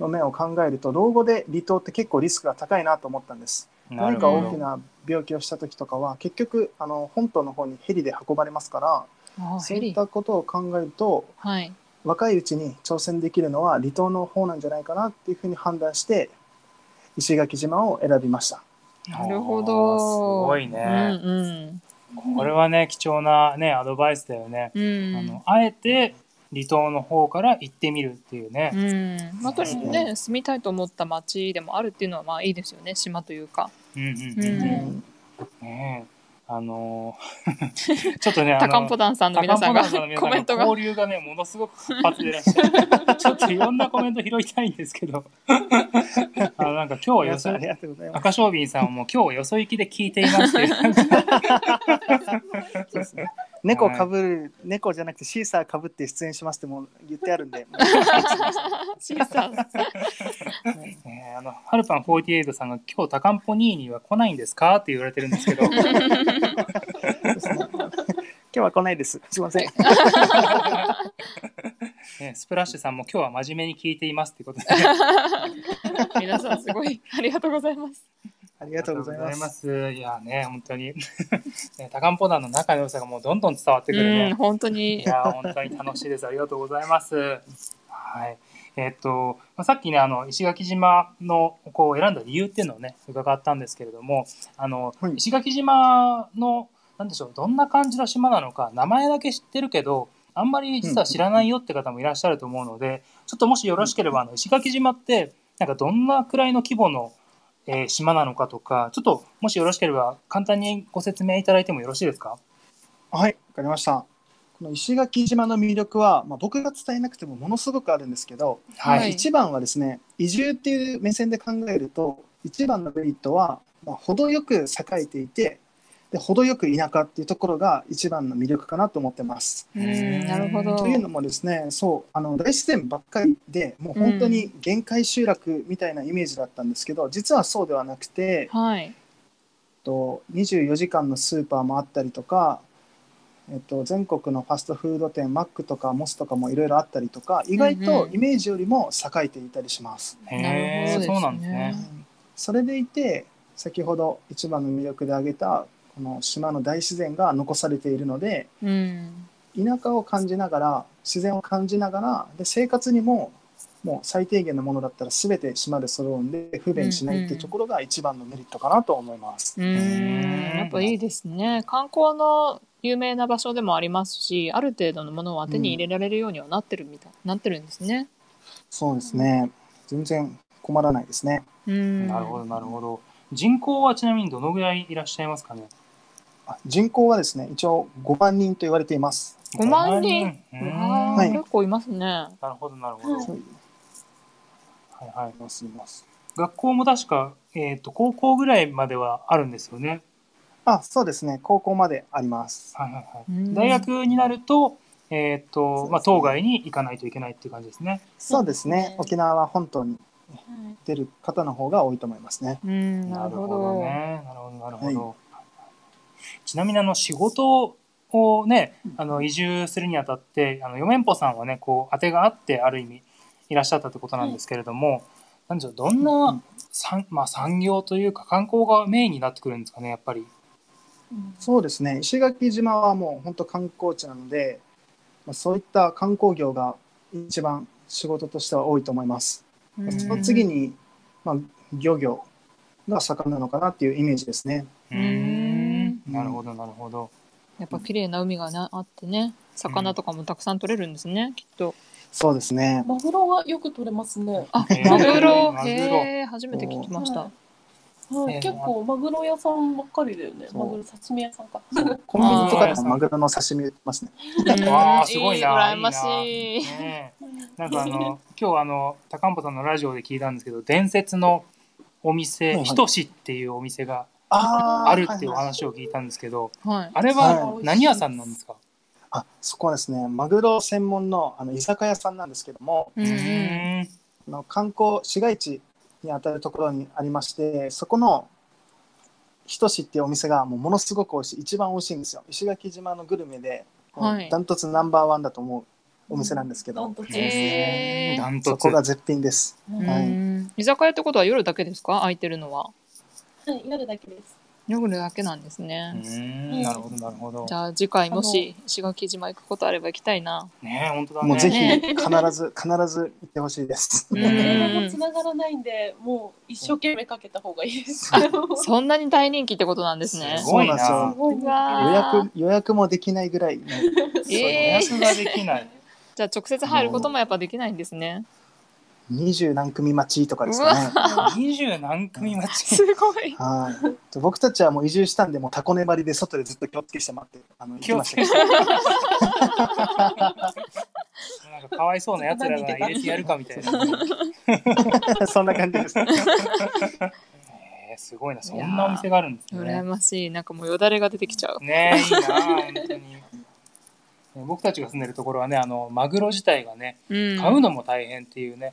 S3: の面を考えると老後で離島って結構リスクが高いなと思ったんです。
S2: なるほ
S3: 何か
S2: ど
S3: 大きな病気をした時とかは結局あの本島の方にヘリで運ばれますか
S1: あ
S3: ら
S1: あ、
S3: そ
S1: ヘ
S3: ういっ
S1: リ。
S3: たことを考えると
S1: はい。
S3: 若いうちに挑戦できるのは離島の方なんじゃないかなっていうふうに判断して石垣島を選びました
S1: なるほど。
S2: すごいね
S1: うん
S2: これはね貴重な、ね、アドバイスだよね、
S1: うん。うん。
S2: あのあえて離島の方から行ってみるっていうね、
S1: うん、まあ、とにかくね、住みたいと思った町でもあるっていうのは、まあ、いいですよね、島というか。
S2: うんうんうん
S1: う
S2: ねえあの
S1: (laughs)
S2: ーちょっとねあ
S1: 高ん
S2: の
S1: ぽ団さんの皆さんが
S2: 高んぽ
S1: コ
S2: の
S1: メ
S2: 皆
S1: ントが。
S2: 交流がねものすごく活発でいらっしゃ
S1: (laughs)
S2: るちょっといろんなコメント拾いたいんですけどあのなんか今日よ
S3: 皆
S2: そ
S3: さんありがとうございます
S2: 赤昌瓶さんはもう今日よそ行きで聞いていますっていう
S1: (laughs)
S3: そうですね猫かぶる、猫じゃなくてシーサーかぶって出演しますってもう言ってあるんで
S1: シーサー
S2: ねえあのハルパン48さんが「今日高んぽニーニーは来ないんですか?」って言われてるんです
S1: (laughs)
S2: けど
S3: そうですね今日は来ないですすいません
S2: ね、スプラッシュさんも今日は真面目に聞いていますってことで
S1: 皆さんすごいありがとうございます。
S3: ありがとうございます
S2: ありがとうございます。いやね、本当に。 (laughs) ね、高んぽ団の仲の良さがもうどんどん伝わってくる
S1: うん、
S2: ね。
S1: 本当
S2: い
S1: に。
S2: や、本当に楽しいです。ありがとうございます。はい。えっと、まあさっきね、あの、石垣島の、こう、選んだ理由っていうのをね、伺ったんですけれども、あの、
S3: はい
S2: 石垣島の、なんでしょう、どんな感じの島なのか、名前だけ知ってるけど、あんまり実は知らないよって方もいらっしゃると思うので、ちょっともしよろしければ、あの、石垣島って、なんかどんなくらいの規模の、えー島なのかとか、ちょっともしよろしければ簡単にご説明いただいてもよろしいですか
S3: はい、わかりました。この石垣島の魅力は、まあ、僕が伝えなくてもものすごくあるんですけど、
S1: はい
S3: 一番はですね移住っていう目線で考えると一番のメリットは、まあ、程よく栄えていてで程よく田舎っていうところが一番の魅力かなと思ってます。
S1: うん、なるほど。
S3: というのもですねそうあの大自然ばっかりでもう本当に限界集落みたいなイメージだったんですけど、実はそうではなくて、
S1: はい。
S3: えっと24時間のスーパーもあったりとか、えっと、全国のファストフード店マックとかモスとかもいろいろあったりとか意外
S1: うん
S3: と
S1: うん
S3: イメージよりも栄えていたりします。
S2: へ
S1: な
S2: え、
S1: るほどですね
S2: そうなんですね。
S3: それでいて先ほど一番の魅力で挙げたこの島の大自然が残されているので
S1: うん。
S3: 田舎を感じながら自然を感じながらで生活にももう最低限のものだったら全て島で揃うんで不便しないっていうところが一番のメリットかなと思います。
S1: うん、やっぱいいですね。観光の有名な場所でもありますし、ある程度のものは手に入れられるようにはなってるみたい、なってるんですね。
S3: そうですね。全然困らないですね。
S1: うん。
S2: なるほど、なるほど。人口はちなみにどのぐらいいらっしゃいますかね
S3: あ人口はですね、一応5万人と言われています。
S1: 5万人う
S2: うーん
S1: わー
S3: はい
S1: 結構いますね。
S2: なるほど、なるほど。
S4: は
S2: はい
S3: そうい
S2: はい。
S3: ますいます。
S2: 学校も確か、えっ、と、高校ぐらいまではあるんですよね。
S3: あ、そうですね。高校まであります。
S2: はいはいはい
S1: うん
S2: 大学になると、えっと、まあ、
S4: そ
S2: 当
S4: うですね
S2: 該に行かないといけないっていう感じですね。
S3: そうですね。沖縄は本島に
S4: はい
S3: 出る方の方が多いと思いますね。
S1: うん、なるほど。
S2: ね。なるほど、なるほど。ちなみに、あの、仕事をね、あの、移住するにあたって、あの、四面歩さんはね、こう、当てがあって、ある意味、いらっしゃったってことなんですけれども、なんでしょう、どん
S3: う、
S2: なん産まあ、産業というか、観光がメインになってくるんですかね、やっぱり。
S3: そうですね。石垣島はもう本当観光地なので、まあそういった観光業が一番仕事としては多いと思います。
S1: うん
S3: その次に、まあ、漁業が盛んなのかなっていうイメージですね。
S2: う
S1: うんん
S2: なるほど、なるほど。
S1: やっぱ綺麗な海がなあってね、魚とかもたくさん取れるんですね、きっと。
S3: そうですね。
S4: マグロはよく取れますね。
S1: あ、
S2: へー
S1: マグロ
S2: マ。グロ
S1: へえ、初めて聞きました。
S4: はい
S2: えー
S4: 結構マグロ屋さんばっかりだよね。
S3: そう
S4: マグロ刺身屋さんか。
S2: (laughs)
S3: コンビニとかでもマグロの刺身売ってますね。
S1: うん
S2: わあ、すごいな。
S1: 羨ましい。
S2: なねえなんかあの、今日あの、高んぼさんのラジオで聞いたんですけど、伝説のお
S3: はい
S2: 店、
S3: はい
S2: ひとしっていうお店が
S3: あー
S2: あるっていうお
S3: はいはい
S2: 話を聞いたんですけど、
S1: はい。
S2: あれは何屋さんなんですか
S3: あそこはですね、マグロ専門のあの居酒屋さんなんですけども、
S1: うんうん。
S2: うーん
S3: あの観光市街地にあたるところにありまして、そこのひとしっていうお店がもうものすごく美味しい、一番美味しいんですよ。石垣島のグルメで、
S1: はい
S3: ダントツナンバーワンだと思うお店なんですけ
S4: ダ
S3: ど、
S4: ントツですね。
S1: へー
S2: ダント
S3: そ
S2: ツ
S3: こ。が絶品です。
S1: う
S3: はい
S1: ん居酒屋ってことは夜だけですか？空いてるのは。
S4: はい、夜だけです。
S1: 夜だけなんです
S2: う
S1: ね。
S2: ーんなるほど、なるほど
S1: じ。ゃあ次回もし石垣島行くことあれば行きたいな。
S2: ねえ、本当だね。
S3: もうぜひ
S1: ね
S3: 必ず必ず行ってほしいです。
S1: うん
S4: マグロも繋がらないんで、もう一生懸命かけた方がいいです。
S1: そんなに大人気ってことなんですね
S2: す。ごいな。
S3: そ
S2: 予
S3: うなんです
S4: (laughs) ごいな
S3: 予
S1: あー
S3: 約予約もできないぐらいの、
S1: えー
S2: 約ができない。
S1: じゃあ直接入ることもやっぱできないんですね。
S3: 二十何組待ちとかですかね。
S2: 二十何組待ち
S1: す。ごい。
S3: はい。と僕たちはもう移住したんで、もうタコ粘りで外でずっと気をつけして待って、あの行き
S2: 気を
S3: ま
S2: つ
S3: し
S2: け
S3: た
S2: て
S3: けど。
S1: (laughs)
S2: なんかかわいそうなやつらが入れてやるかみたいな。
S3: (laughs) そんな感じです。
S2: えーすごいな、そんなお店があるんです
S1: 羨
S2: ね。
S1: ましい。なんかもうよだれが出てきちゃう。
S2: ねえ、いいな、本当に。僕たちが住んでるところはね、あのマグロ自体がね、
S1: うん。
S2: 買うのも大変っていうね。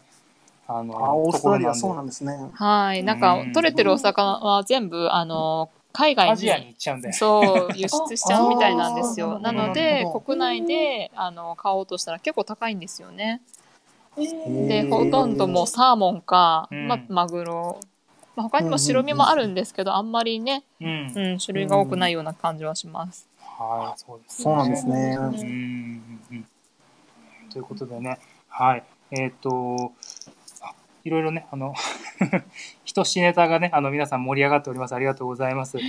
S2: あの、
S3: あ、オーストラリアそうなん
S2: で。
S3: ですね。
S1: はい。なんか
S2: うん
S1: 取れてるお魚は全部あの海外
S2: アジアに
S1: に
S2: 行っちゃうんだよ。
S1: そう輸出しちゃうみたいなんです
S3: あ
S1: よ。
S3: ー
S1: なの
S3: なる
S1: で
S3: ほど
S1: 国内であの買おうとしたら結構高いんですよね。
S4: えー
S3: へ
S1: で
S3: ー
S1: ほとんどもうサーモンか、
S2: うん
S1: まあ、マグロ、まあ、他にも白身もあるんですけど、あんまりね、
S2: うん
S1: う。ん、種類が多くないような感じはします。
S2: はい、そうです、
S3: そうなんですね。
S4: うん
S2: うんうんうんということでね、はい、えっ、と、あいろいろね、あの、 (laughs) ひとしネタがね、あの、皆さん盛り上がっております。ありがとうございます。はい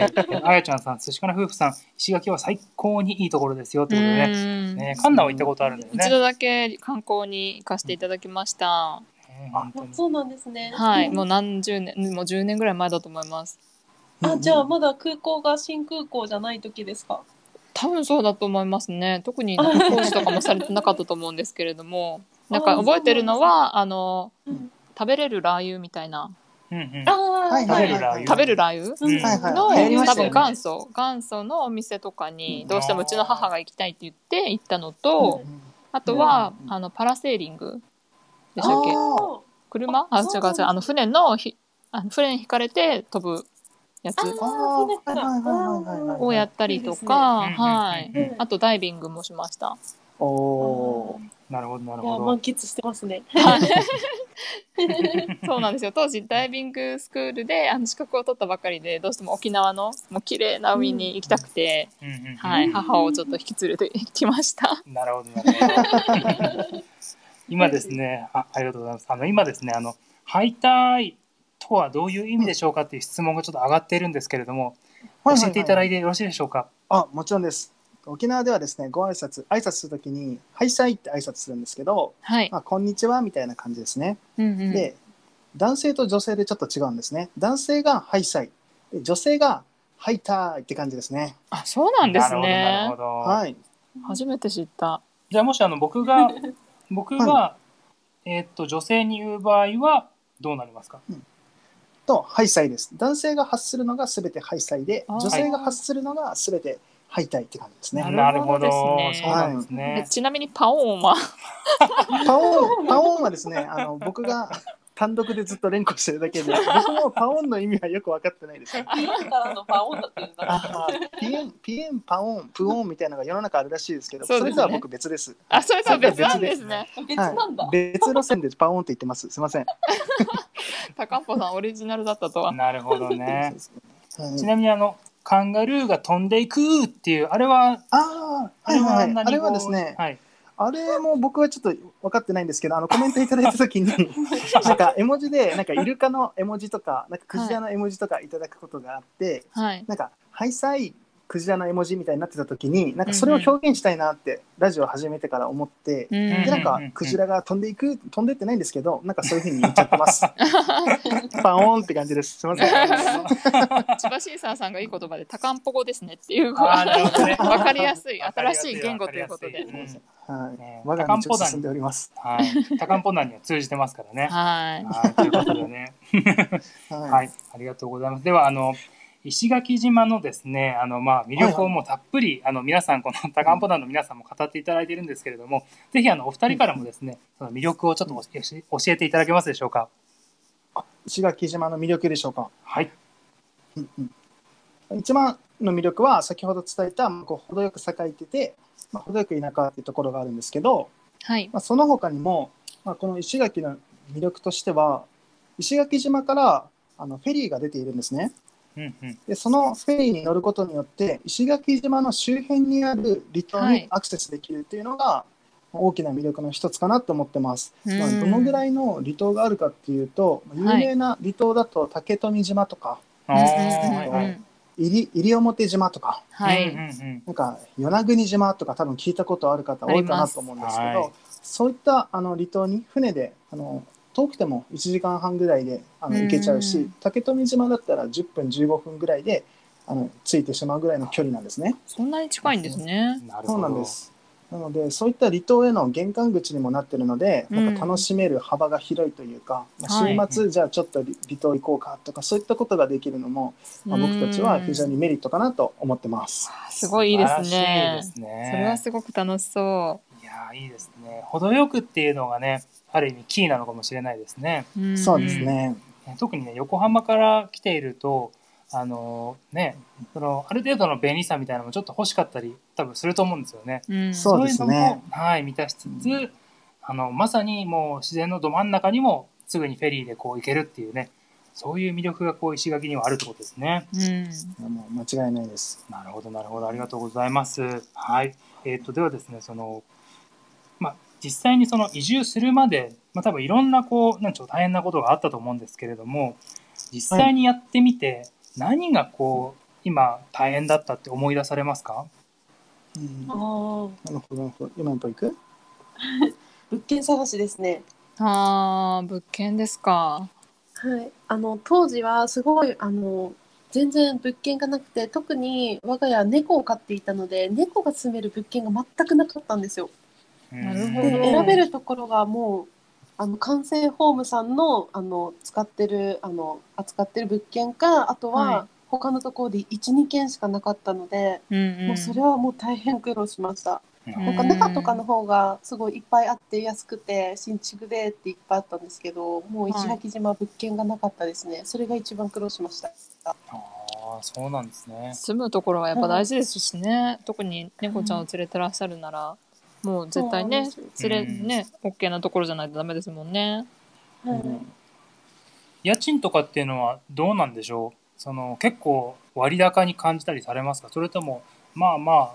S2: (laughs) え、あやちゃんさん、寿司かな夫婦さん、石垣は最高にいいところですよ。ということでね、
S1: うん
S2: ね、カンナは行ったことあるんだよね。
S1: 一度だけ観光に行かせていただきました。
S2: ね本当
S4: あ
S2: に
S4: そうなんですね。
S1: はい、もう何十年、もう10年ぐらい前だと思います。
S4: あ、じゃあまだ空港が新空港じゃない時ですか。
S1: 多分そうだと思いますね。特になんか工事とかもされてなかったと思うんですけれども、なんか覚えてるのは、あの、
S4: うん
S1: 食べれるラー油みたいな、
S2: うんうん
S4: ああ、
S3: はいはいは
S2: ラ
S3: い
S2: ー
S3: は
S2: 油
S3: い。
S1: 食べるラー油
S4: うん
S2: うん
S3: はいはい
S1: の、
S3: 流行りま
S1: 多
S3: した
S1: 分
S3: よね
S1: 元祖元祖のお店とかに
S3: うん
S1: どうしてもうちの母が行きたいって言って行ったのと、
S3: うん
S1: あとは、
S3: うん
S1: あのパラセーリングでしたっけ
S3: あ
S1: 車
S4: あ
S1: あ違
S4: そうう
S1: 違
S4: なん
S1: う
S4: だ
S1: あの船のひあの船に引かれて飛ぶやつ
S4: あ
S3: あーはいはいはいはいはい
S1: をやったりとか、
S2: いいですね
S1: は
S2: う
S1: い
S2: んうんうん
S1: あとダイビングもしました
S3: おお
S2: なるほど、なる
S4: いや、
S2: ほ
S4: 満
S2: ど。
S4: 喫してますね。
S1: そうなんですよ当時ダイビングスクールであの資格を取ったばかりでどうしても沖縄のもう綺麗な海に行きたくて、
S2: うんうんうん
S1: はい、母をちょっと引き連れてきました。
S2: なるほど、なるほど。 (laughs) 今ですね、あありがとうございます。あの今ですね、あの敗退とはどういう意味でしょうかっていう質問がちょっと上がっているんですけれども、
S3: ー。
S2: 教えていただい
S3: て。
S2: てよろしいでしょうか。
S3: あ、もちろんです。沖縄ではですね、ご挨拶挨拶するときに、はいさいって挨拶するんですけど、
S1: はい
S3: ま。あこんにちはみたいな感じですね。
S1: うんうん
S3: で、男性と女性でちょっと違うんですね。男性がハイサイ、で女性がハイタイって感じですね。
S1: あ、そうなんです
S2: なる
S1: ね
S2: ほ。ど、なるほど。
S3: はい。
S1: 初めて知った。
S2: じゃあもしあの僕
S3: (laughs)
S2: が僕が、えーっと女性に言う場合はどうなりますか。
S3: と敗祭です。男性が発するのが全て敗祭で、
S1: あー
S3: 女性が発するのが全て敗退って感じですね。
S1: な
S2: な
S1: る
S2: る
S1: ほ
S2: ほ
S1: ど
S2: ど。そう
S1: ですね
S2: なんです
S1: え
S2: ね。
S1: ちなみにパオンは
S3: パオン、パオンはですね、あの僕が単独でずっと連呼してるだけで、僕もパオンの意味はよく分かってないですね。
S4: ピエンからのパオンだって言うんだ。
S3: あーピエン、ピエン、パオン、プオンみたいなのが世の中あるらしいですけど、
S1: そう
S3: そ
S1: ですね
S3: れとは僕別です。
S1: あそれとは別なんです
S3: そ
S1: ね。
S4: 別なんだ。
S3: はい、別路線でパオンって言ってます。すみません。
S1: 高んぽさんオリジナルだったとは。
S2: なるほど
S3: (laughs)
S2: ね。
S3: はい
S2: ちなみにあのカンガルーが飛んでいくっていうあれは
S3: ああ、
S2: あ
S3: は
S2: れ
S3: いは
S2: はい
S3: はい、
S2: 何語
S3: あれはですね、
S2: はい。
S3: あれも僕はちょっと分かってないんですけど、あのコメントいただいたときに、なんか絵文字で、なんかイルカの絵文字とか、なんかクジラの絵文字とかいただくことがあって、
S1: はい。
S3: なんか、ハイサイクジラの絵文字みたいになってたときに、なんかそれを表現したいなって、ラジオ始めてから思って、
S1: う
S3: で、なん
S1: ん。
S3: か
S2: うんうんうん、
S3: クジラが飛んでいく、飛んでってないんですけど、なんかそういうふうに言っちゃってます。パオーンって感じです。すみません。
S1: (laughs) 千葉シーサーさんがいい言葉で高んぽ語ですねっていう
S2: あ
S1: (laughs)
S2: ー
S1: わ
S2: なるほどね。
S1: かりやす
S2: (laughs)
S1: い新しい言語ということで
S2: わ。かりやすいうん
S3: は
S2: ね
S3: い。我が道を進んでおります。
S2: (laughs) はい。高んぽなんには通じてますからね。
S1: はい。
S2: はい。ということでね。
S3: は。
S2: (laughs) はいい、ありがとうございます。では、あの、石垣島のですね、あの、まあ、魅力をもうたっぷり、あの、皆さん、こ (laughs) の高んぽ団の皆さんも語っていただいているんですけれども、ぜひ、あの、お二人からもですね、その魅力をちょっと教え教えていただけますでしょうか。
S3: 石垣島の魅力でしょうか。
S2: はい。
S3: うんうん一番の魅力は先ほど伝えたまあこう程よく栄えてて、まあ、程よく田舎っていうところがあるんですけど、
S1: はい。
S3: まあ、その他にも、まあ、この石垣の魅力としては石垣島からあのフェリーが出ているんですね
S2: うんうん。
S3: でそのフェリーに乗ることによって石垣島の周辺にある離島
S1: はい
S3: にアクセスできるっていうのが大きな魅力の一つかなと思ってます、
S1: うん
S3: まあどのぐらいの離島があるかっていうと有名な離島だと竹富島とか
S2: あ
S1: うんう
S2: ー
S1: んうん
S2: は
S1: う
S2: い
S1: ん
S3: 西西表島とか
S1: は
S2: うん
S1: い。
S2: うん
S3: なんか与那国島とか多分聞いたことある方多いかなと思うんですけ
S2: あり
S3: ど、
S2: ますはい
S3: そういったあの離島に船であの遠くても1時間半ぐらいであの
S1: うん
S3: 行けちゃうし、竹富島だったら10分15分ぐらいであの着いてしまうぐらいの距離なんですね。
S1: そんなに近いんですね。
S2: うん。なる
S3: そ
S2: ほ
S3: う
S2: ど。
S3: なんで。すなのでそういった離島への玄関口にもなってるので、
S1: うん
S3: なんか楽しめる幅が広いというか、まあ
S1: はい
S3: 週末じゃあちょっと離離島行こうかとかそういったことができるのも、まあ僕たちは非常
S1: に。
S3: にメリットかなと思ってます。
S1: すごいいいですね
S2: 素晴らしいですね。
S1: それはすごく楽しそ
S2: いやー、いいですね。程よくっていうのがね、ある意味キーなのかもしれないですね。
S1: ううん。
S3: そうですね、
S2: 特にね横浜から来ているとあのねそのある程度の便利さみたいなのもちょっと欲しかったり多分すると思うんですよね。
S1: うん。
S3: そうですね
S2: いのも、はい、満たしつつ、あのまさにもう自然のど真ん中にもすぐにフェリーでこう行けるっていうねそういう魅力がこう石垣にはあるってことですね。
S1: うん。
S3: もう間違いないです。
S2: なるほどなるほどありがとうございます。はいえっとではですねその、まあ、実際にその移住するまで、まあ、多分いろんなこうなんちょう大変なことがあったと思うんですけれども実際にやってみて何がこう今大変だったって思い出されますか
S3: うんな
S4: あー
S3: るほど、なるほど。今のとこ行く
S4: 物件探しですね。
S1: ああ、物件ですか。
S4: はい、あの当時はすごいあの全然物件がなくて特に我が家は猫を飼っていたので猫が住める物件が全くなかったんですよ。
S1: なるほ
S4: で
S1: どうん
S4: 選べるところがもうあの完成ホームさんのあの使ってるあの扱ってる物件かあと
S1: はい
S4: は他のところで12件しかなかったので、
S1: うんうん。
S4: もうそれはもう大変苦労しました。
S1: う
S4: なんか中とかの方がすごいいっぱいあって安くて新築でっていっぱいあったんですけどもう石垣島は物件がなかったですね、それが一番苦労しました
S2: あーそうなんですね。
S1: 住むところはやっぱ大事ですしね、特に猫ちゃんを連れてらっしゃるなら、もう絶対ね
S4: そうなんで
S1: 連れ
S2: うん
S1: ね、オッ OK なところじゃないとダメですもんね
S4: すはい
S2: 家賃とかっていうのはどうなんでしょうその結構割高に感じたりされますかそれともまあまあ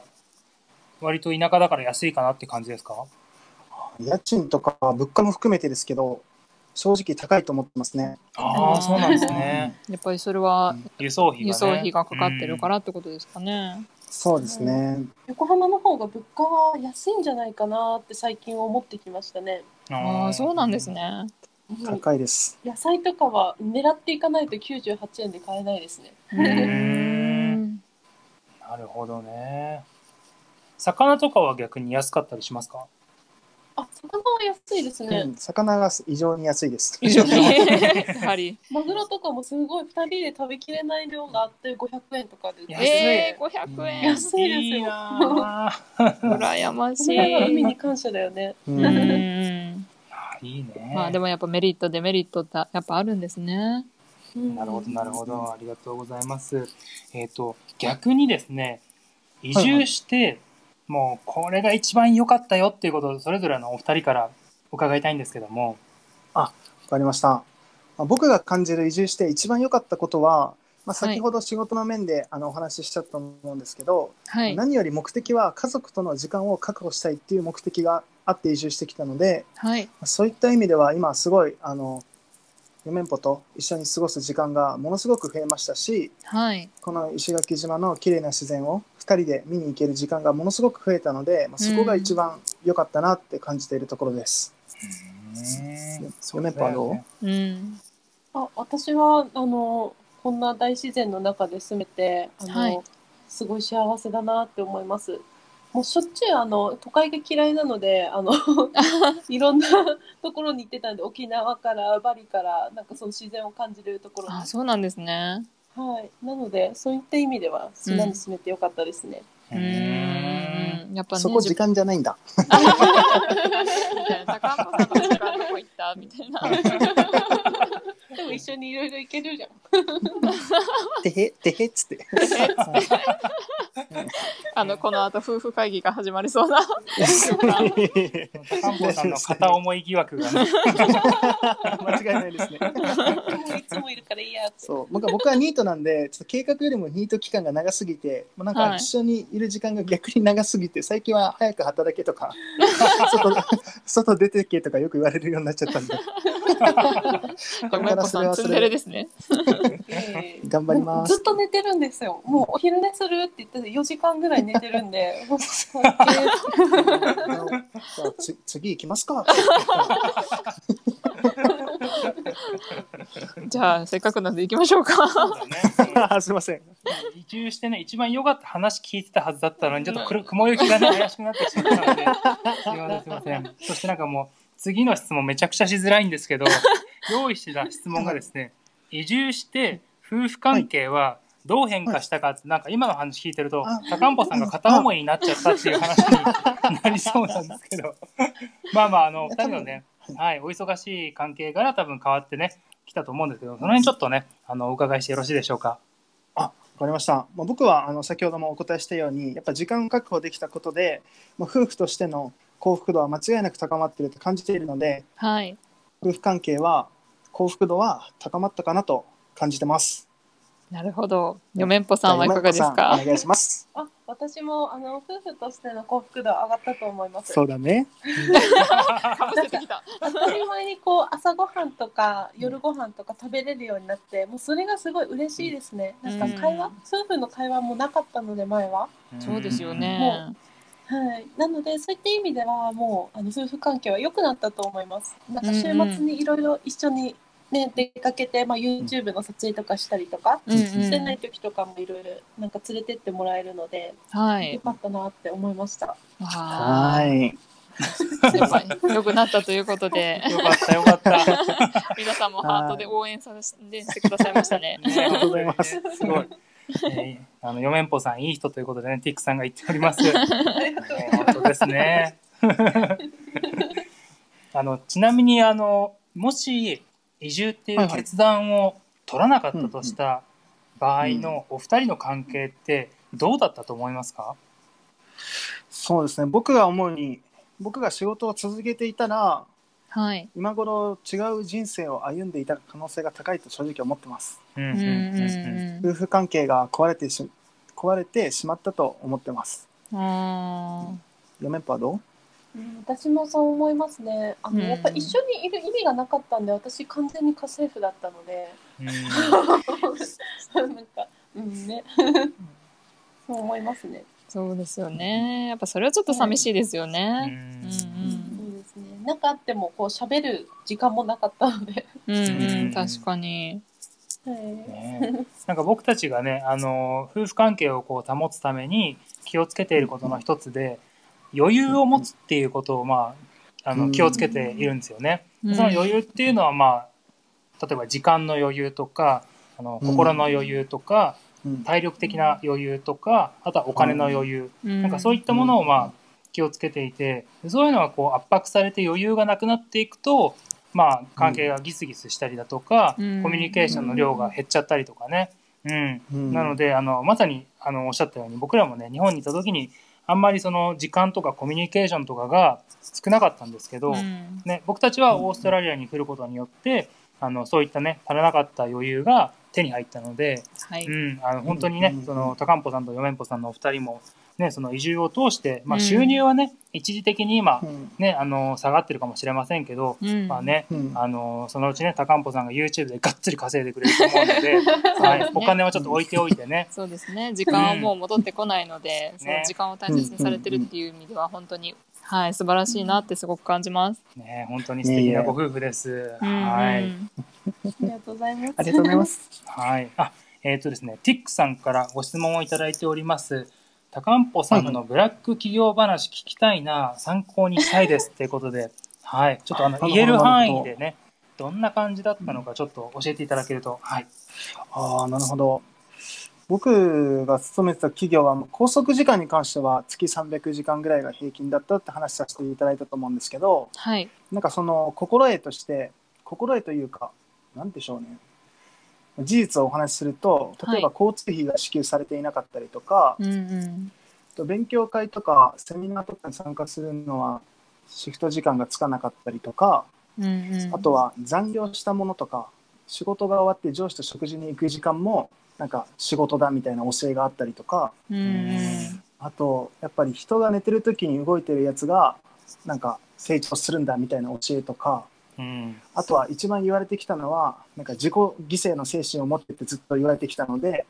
S2: 割と田舎だから安いかなって感じですか
S3: 家賃とか物価も含めてですけど、正直高いと思ってますね。
S2: あ
S1: あー
S2: あそうなんです
S1: (laughs)
S2: ね
S1: やっぱりそれは
S2: 輸送費が、ね、
S1: 輸送費がかかってるからってことですかね、
S3: そうですね。
S4: 横浜の方が物価は安いんじゃないかなって最近思ってきましたね、
S2: うん、
S1: ああそうなんです
S2: ね
S1: ね
S4: うん
S3: 高いです。
S4: 野菜とかは狙っていかないと98円で買えないですね
S1: うん
S2: ん
S1: う
S2: なるほどね魚とかは逆に安かったりしますか
S4: あ、魚は安いですね。
S3: うん魚が異常に安いです。
S1: 以上にやはり
S4: マグロとかもすごい二人で食べきれない量があって500円とかで売って
S2: 安い
S1: えー、500円
S4: 安いです
S1: (laughs)
S4: よ
S2: いな
S1: 羨まし
S4: それは海
S1: い
S4: に感謝だよね。
S3: う
S1: うんん
S2: ぁいいね。
S1: まあで
S2: も
S1: もやっぱメリットデメリットってやっぱあるんですね
S2: なるほど、なるほど。ありがとうございます。えっ、と、逆にですね、移住して、もうこれが一番良かったよっていうことをそれぞれのお二人から伺いたいんですけども。
S3: わかりました。まあ僕が感じる移住して一番良かったことは、まあ、先ほど仕事の面で、あのお話ししちゃったと思うんですけど、
S1: はい
S3: 何より目的は家族との時間を確保したいっていう目的があって移住してきたので、
S1: はい
S3: まあそういった意味では今すごいあの四面ポと一緒に過ごす時間がものすごく増えましたし
S1: はい
S3: この石垣島の綺麗な自然を2人で見に行ける時間がものすごく増えたので、まあ、そこが一番良かったなって感じているところです。
S2: そう
S3: やっぱどう
S1: うん
S4: あ私はあのこんな大自然の中で住めてあの、
S1: はい
S4: すごい幸せだなって思います。もうしょっちゅうあの都会が嫌いなのであのいろんな (laughs) ところに行ってたんで沖縄からバリからなんかその自然を感じるところに
S1: あそうなんですね
S4: はい、なのでそういった意味ではそんなに住めてよかったですね。
S1: うーんやっぱね
S3: そこ時間じゃないんだ。
S1: み (laughs) たいな高岡さんの時間どこ行ったみたいな
S4: (laughs) でも一緒にいろいろ行けるじゃん。
S3: てへてへっつ (laughs) って。
S1: あのこの後夫婦会議が始まりそう (laughs) な
S3: (laughs)
S2: 漢方さんの片思い疑惑がね。
S3: 間違いないですね。
S4: もういつもいるからいいやって。
S3: そう僕は僕はニートなんでちょっと計画よりもニート期間が長すぎてもうなん
S1: は
S3: か
S1: い
S3: 一緒にいる時間が逆に長すぎて最近は早く働けと (laughs) か外外出てけとかよく言われるようになっちゃったんで
S1: ごめんこさんツンデレですね
S4: ええ
S3: 頑張ります
S4: ずっと寝てるんですよ。もうお昼寝するって言ってて4時間ぐらい寝てるんで。もう最低
S3: じゃあつ次行きますか
S1: じゃあせっかくなんで行きましょうか
S3: (laughs)
S1: (laughs)
S3: すいません
S2: 移住してね、一番良かった話聞いてたはずだったのに、ちょっとくる雲行きがね、怪しくなってきてたので、すいません、すいませ (laughs) ん。そしてなんかもう、次の質問めちゃくちゃしづらいんです (laughs) けど、用意してた質問がですね、移住して夫婦関係はどう変化したかって、なんか今の話聞いてると
S3: あ、
S2: 高んぽさんが片思いになっちゃったっていう話になりそうなんですけど、まあまあ、あの、二人のね、はい、お忙しい関係から多分変わってね、来たと思うんですけど、その辺ちょっとね、あの、お伺いしてよろしいでしょうか。
S3: わかりました。まあ、僕はあの先ほどもお答えしたように、やっぱ時間を確保できたことで、まあ、夫婦としての幸福度は間違いなく高まっていると感じているので、
S1: はい
S3: 夫婦関係は幸福度は高まったかなと感じてます。
S1: なるほどよめんぽさんはいかがです
S3: じゃあ山
S1: か
S3: 本さんお願いします。
S4: あ、私もあの夫婦としての幸福度上がったと思います。
S3: うだね。
S1: かぶせてきた
S4: 当たり前にこう朝ごはんとか夜ご飯とか食べれるようになって、もうそれがすごい嬉しいですね。なんか会話、
S1: うん
S4: 夫婦の会話もなかったので前は。
S1: そうですよね
S4: もはい、なのでそういった意味ではもうあの夫婦関係は良くなったと思います。なんか週末にいろいろ一緒に、ね、出かけて、まあ、YouTube の撮影とかしたりとか、
S1: うんうん
S4: してない時とかもいろいろなんか連れてってもらえるので
S1: は
S4: 良
S1: い
S4: かったなって思いました。
S1: は
S3: はい。
S1: い先輩良くなったということ (laughs) で
S2: よかったよかった。あ
S1: 皆さんもハートで応援させてしてくださいましたね
S2: りが。
S3: とうございま
S2: す
S3: す
S2: ごい。えーあの、四面ぽさん、いい人ということでね、ティックさんが言っております。
S4: ありがと
S2: 本
S4: うございます
S2: 当ですね。 (laughs) あの、ちなみに、あの、もし移住っていう決断を取らなかったとした場合のお二人の関係ってどうだったと思いますか、
S3: (laughs) そうですね。僕が思うに、僕が仕事を続けていたら、
S1: はい
S3: 今頃違う人生を歩んでいた可能性が高いと正直思ってます。
S2: うん
S1: うんうん
S3: 夫婦関係が壊れてし壊れてしまったと思ってます。
S1: うんあ
S3: 嫁っぽはどう？
S4: うん私もそう思いますね。あの、
S1: うん
S4: やっぱ一緒にいる意味がなかったんで、私完全に家政婦だったので、
S2: うんうん
S4: なんか、うんね、 (laughs) そう思いますね。
S1: ーそうですよねやっぱそれはちょっと寂しいですよね
S2: うん
S1: うん
S4: そうですね。なんかあってもこう喋る時間もなかったので、
S1: うんう
S2: うんん
S1: 確かに
S4: はい
S2: ねなんか僕たちがねあの夫婦関係をこう保つために気をつけていることの一つで余裕を持つっていうことをまああの気をつけているんですよね。
S1: う
S2: そ
S1: ん
S2: の余裕っていうのは、まあ、例えば時間の余裕とかあの心の余裕とか、
S3: うん
S2: 体力的な余裕とかあとはお金の余裕、なんかそういったものを、まあ、気をつけていてそういうのがこう圧迫されて余裕がなくなっていくと、まあ、関係がギスギスしたりだとか、
S1: うん
S2: コミュニケーションの量が減っちゃったりとかね。うん
S3: うん
S2: なのであのまさにあのおっしゃったように僕らもね日本にいた時にあんまりその時間とかコミュニケーションとかが少なかったんですけ
S1: う
S2: ど、
S1: ん
S2: ね、僕たちはオーストラリアに来ることによってあのそういったね足らなかった余裕が手に入ったので、
S1: はい、
S2: うん、あの本当にね、
S3: うん
S2: その高んぽさんとよめんぽさんのお二人も、ね、その移住を通して、
S1: う
S2: まあ、
S1: ん
S2: 収入はね、一時的に今、
S3: うん
S2: ね、あの下がってるかもしれませんけど、
S1: うん
S2: まあね
S3: うん
S2: あのそのうちね高んぽさんが YouTube でがっつり稼いでくれると思う
S1: (laughs)
S2: ので、
S1: そう
S2: は
S1: ですね、
S2: いお金はちょっと置いておいてね。
S1: そうですね時間はもう戻ってこないので、その時間を大切にされてるっていう意味では本当に、はい、素晴らしいなってすごく感じます。
S2: ね、本当に素敵なご夫婦です。は
S1: う
S2: い、
S1: ん
S4: ありがとうございます。
S3: ありがとうございます。
S2: はい、あ、えっ、とですね、ティックさんからご質問をいただいております。高んぽさんのブラック企業話聞きたいな、参考にしたいですっていうことで、はい、ちょっとあの
S3: なるほど
S2: 言える範囲でね、どんな感じだったのかちょっと教えていただけると、はい。
S3: ああ、なるほど。僕が勤めてた企業は、拘束時間に関しては月300時間ぐらいが平均だったって話させていただいたと思うんですけど、
S1: はい、
S3: なんかその心得として、心得というか、なんでしょうね。事実をお話しすると、例えば
S1: は
S3: 交通費が支給されていなかったりとか、
S1: うんうん
S3: と勉強会とかセミナーとかに参加するのはシフト時間がつかなかったりとか、
S1: うんうん、
S3: あとは残業したものとか仕事が終わって上司と食事に行く時間もなんか仕事だみたいな教えがあったりとか
S1: うんうん、
S3: あとやっぱり人が寝てる時に動いてるやつがなんか成長するんだみたいな教えとか
S2: うん、
S3: あとは一番言われてきたのはなんか自己犠牲の精神を持ってってずっと言われてきたので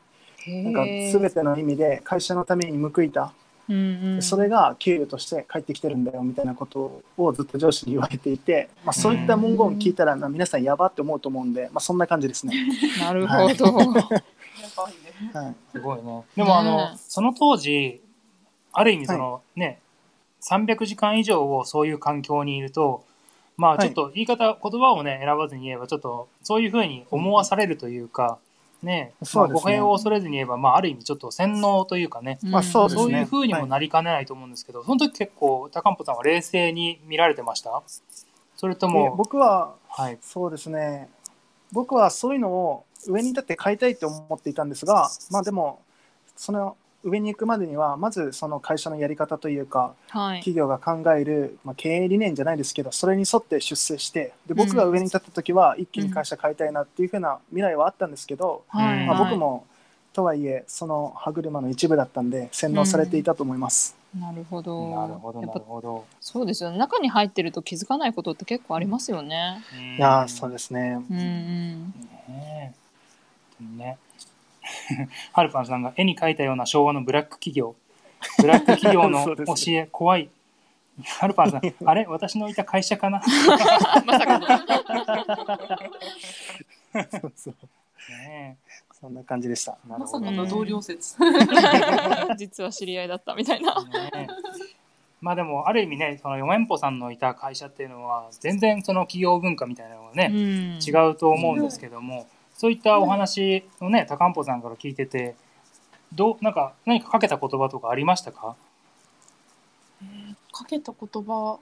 S3: なんか
S1: へー
S3: 全ての意味で会社のために報いた
S1: うんうん、
S3: それが給与として返ってきてるんだよみたいなことをずっと上司に言われていて、まあ、そういった文言を聞いたらな皆さんやばって思うと思うんで、まあ、そんな感じですね。
S1: なるほど。
S3: はい、
S2: すごいね。でもあの、
S1: ねえ
S2: その当時、ある意味その、ね、300時間以上をそういう環境にいると、まあ
S3: はい
S2: ちょっと言い方、言葉をね、選ばずに言えば、ちょっとそういうふうに思わされるというか、ね、
S3: そ
S2: ま
S3: う
S2: あ
S3: です
S2: 語
S3: ね
S2: 弊を恐れずに言えば、まあある意味ちょっと洗脳というかね、
S3: まあそうで
S2: そ
S3: すね
S2: ういうふうにもなりかねないと思うんですけど、その時結構、高んぽさんは冷静に見られてましたそれと
S3: で
S2: も、
S3: 僕は
S2: はい。
S3: そうですね僕はそういうのを上に立って買いたいと思っていたんですが、まあ、でもその上に行くまでにはまずその会社のやり方というか
S1: はい。
S3: 企業が考える、まあ、経営理念じゃないですけどそれに沿って出世してで僕が上に立った時は一気に会社変えたいなっていうふうな未来はあったんですけど、
S1: はい。
S3: まあ、僕もとはいえその歯車の一部だったんで洗脳されていたと思います。
S1: なるほど。
S2: なるほど、
S1: や
S2: な
S1: っ
S2: る
S1: ぱ
S2: ほど。
S1: そうですよね。中に入ってると気づかないことって結構ありますよね。
S2: い
S3: いやーそうですね。
S1: うんうん。
S2: ねえ。ね。 (laughs) ハルパンさんが絵に描いたような昭和のブラック企業。ブラック企業の
S3: (laughs) そうで
S2: 教
S3: す
S2: え、怖い。ハルパ
S3: (laughs)
S2: ンさん、あれ私のいた会社かな、
S1: まさかの。
S3: そう (laughs) そう
S2: ね
S3: そんな感じでした。
S2: え、なる
S4: まさ
S2: ほ
S4: か
S2: ど
S1: の
S4: の
S1: 同
S4: 同
S1: 僚
S4: 僚説。
S1: 実は知り合いだったみたいな。
S2: ねまあでも、ある意味ね、その四円歩さんのいた会社っていうのは、全然その企業文化みたいなのがね、
S1: 違
S2: 違うと思うんですけども、そういったお話をね、高んぽさんから聞いてて、どう、なんか、何かかけた言葉とかありましたか
S4: かけた言葉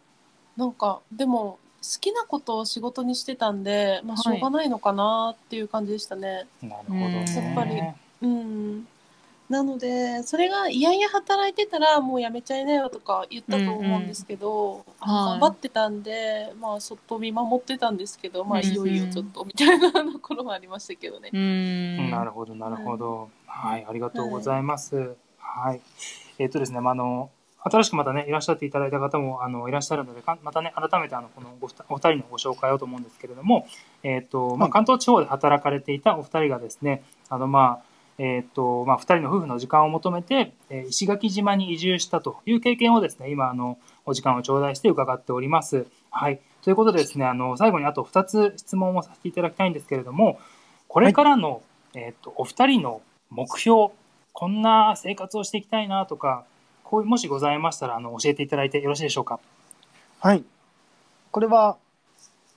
S4: なんかでも好きなことを仕事にしてたんで、まあ、し
S1: は
S4: ょ
S1: いう
S4: がないのかなっていう感じでしたね。
S2: なるほどね。
S1: うんやっ
S4: ぱりうんなのでそれがいやいや働いてたらもうやめちゃいなよとか言ったと思うんですけど、
S1: はい
S4: 頑張ってたんで、まあ、そっと見守ってたんですけど、まあ、
S1: うんうん
S4: いよいよちょっとみたいなところもありましたけどね。
S1: うん。
S2: なるほど、なるほど。はい、ありがとうございます。はい。えっ、とですね、まあ、あの、新しくまたね、いらっしゃっていただいた方も、あの、いらっしゃるので、かんまたね、改めて、あの、このごふたお二人のご紹介をと思うんですけれども、えっ、と、ま
S3: は
S2: あ、
S3: い
S2: 関東地方で働かれていたお二人がですね、あの、まあ、えっ、と、まあ、二人の夫婦の時間を求めて、えー石垣島に移住したという経験をですね、今、あの、お時間を頂戴して伺っております。はい。ということでですね、あの、最後にあと二つ質問をさせていただきたいんですけれども、これからの、えっとお二人の目標こんな生活をしていきたいなとかこういうもしございましたらあの教えていただいてよろしいでしょうか
S3: はい。これは、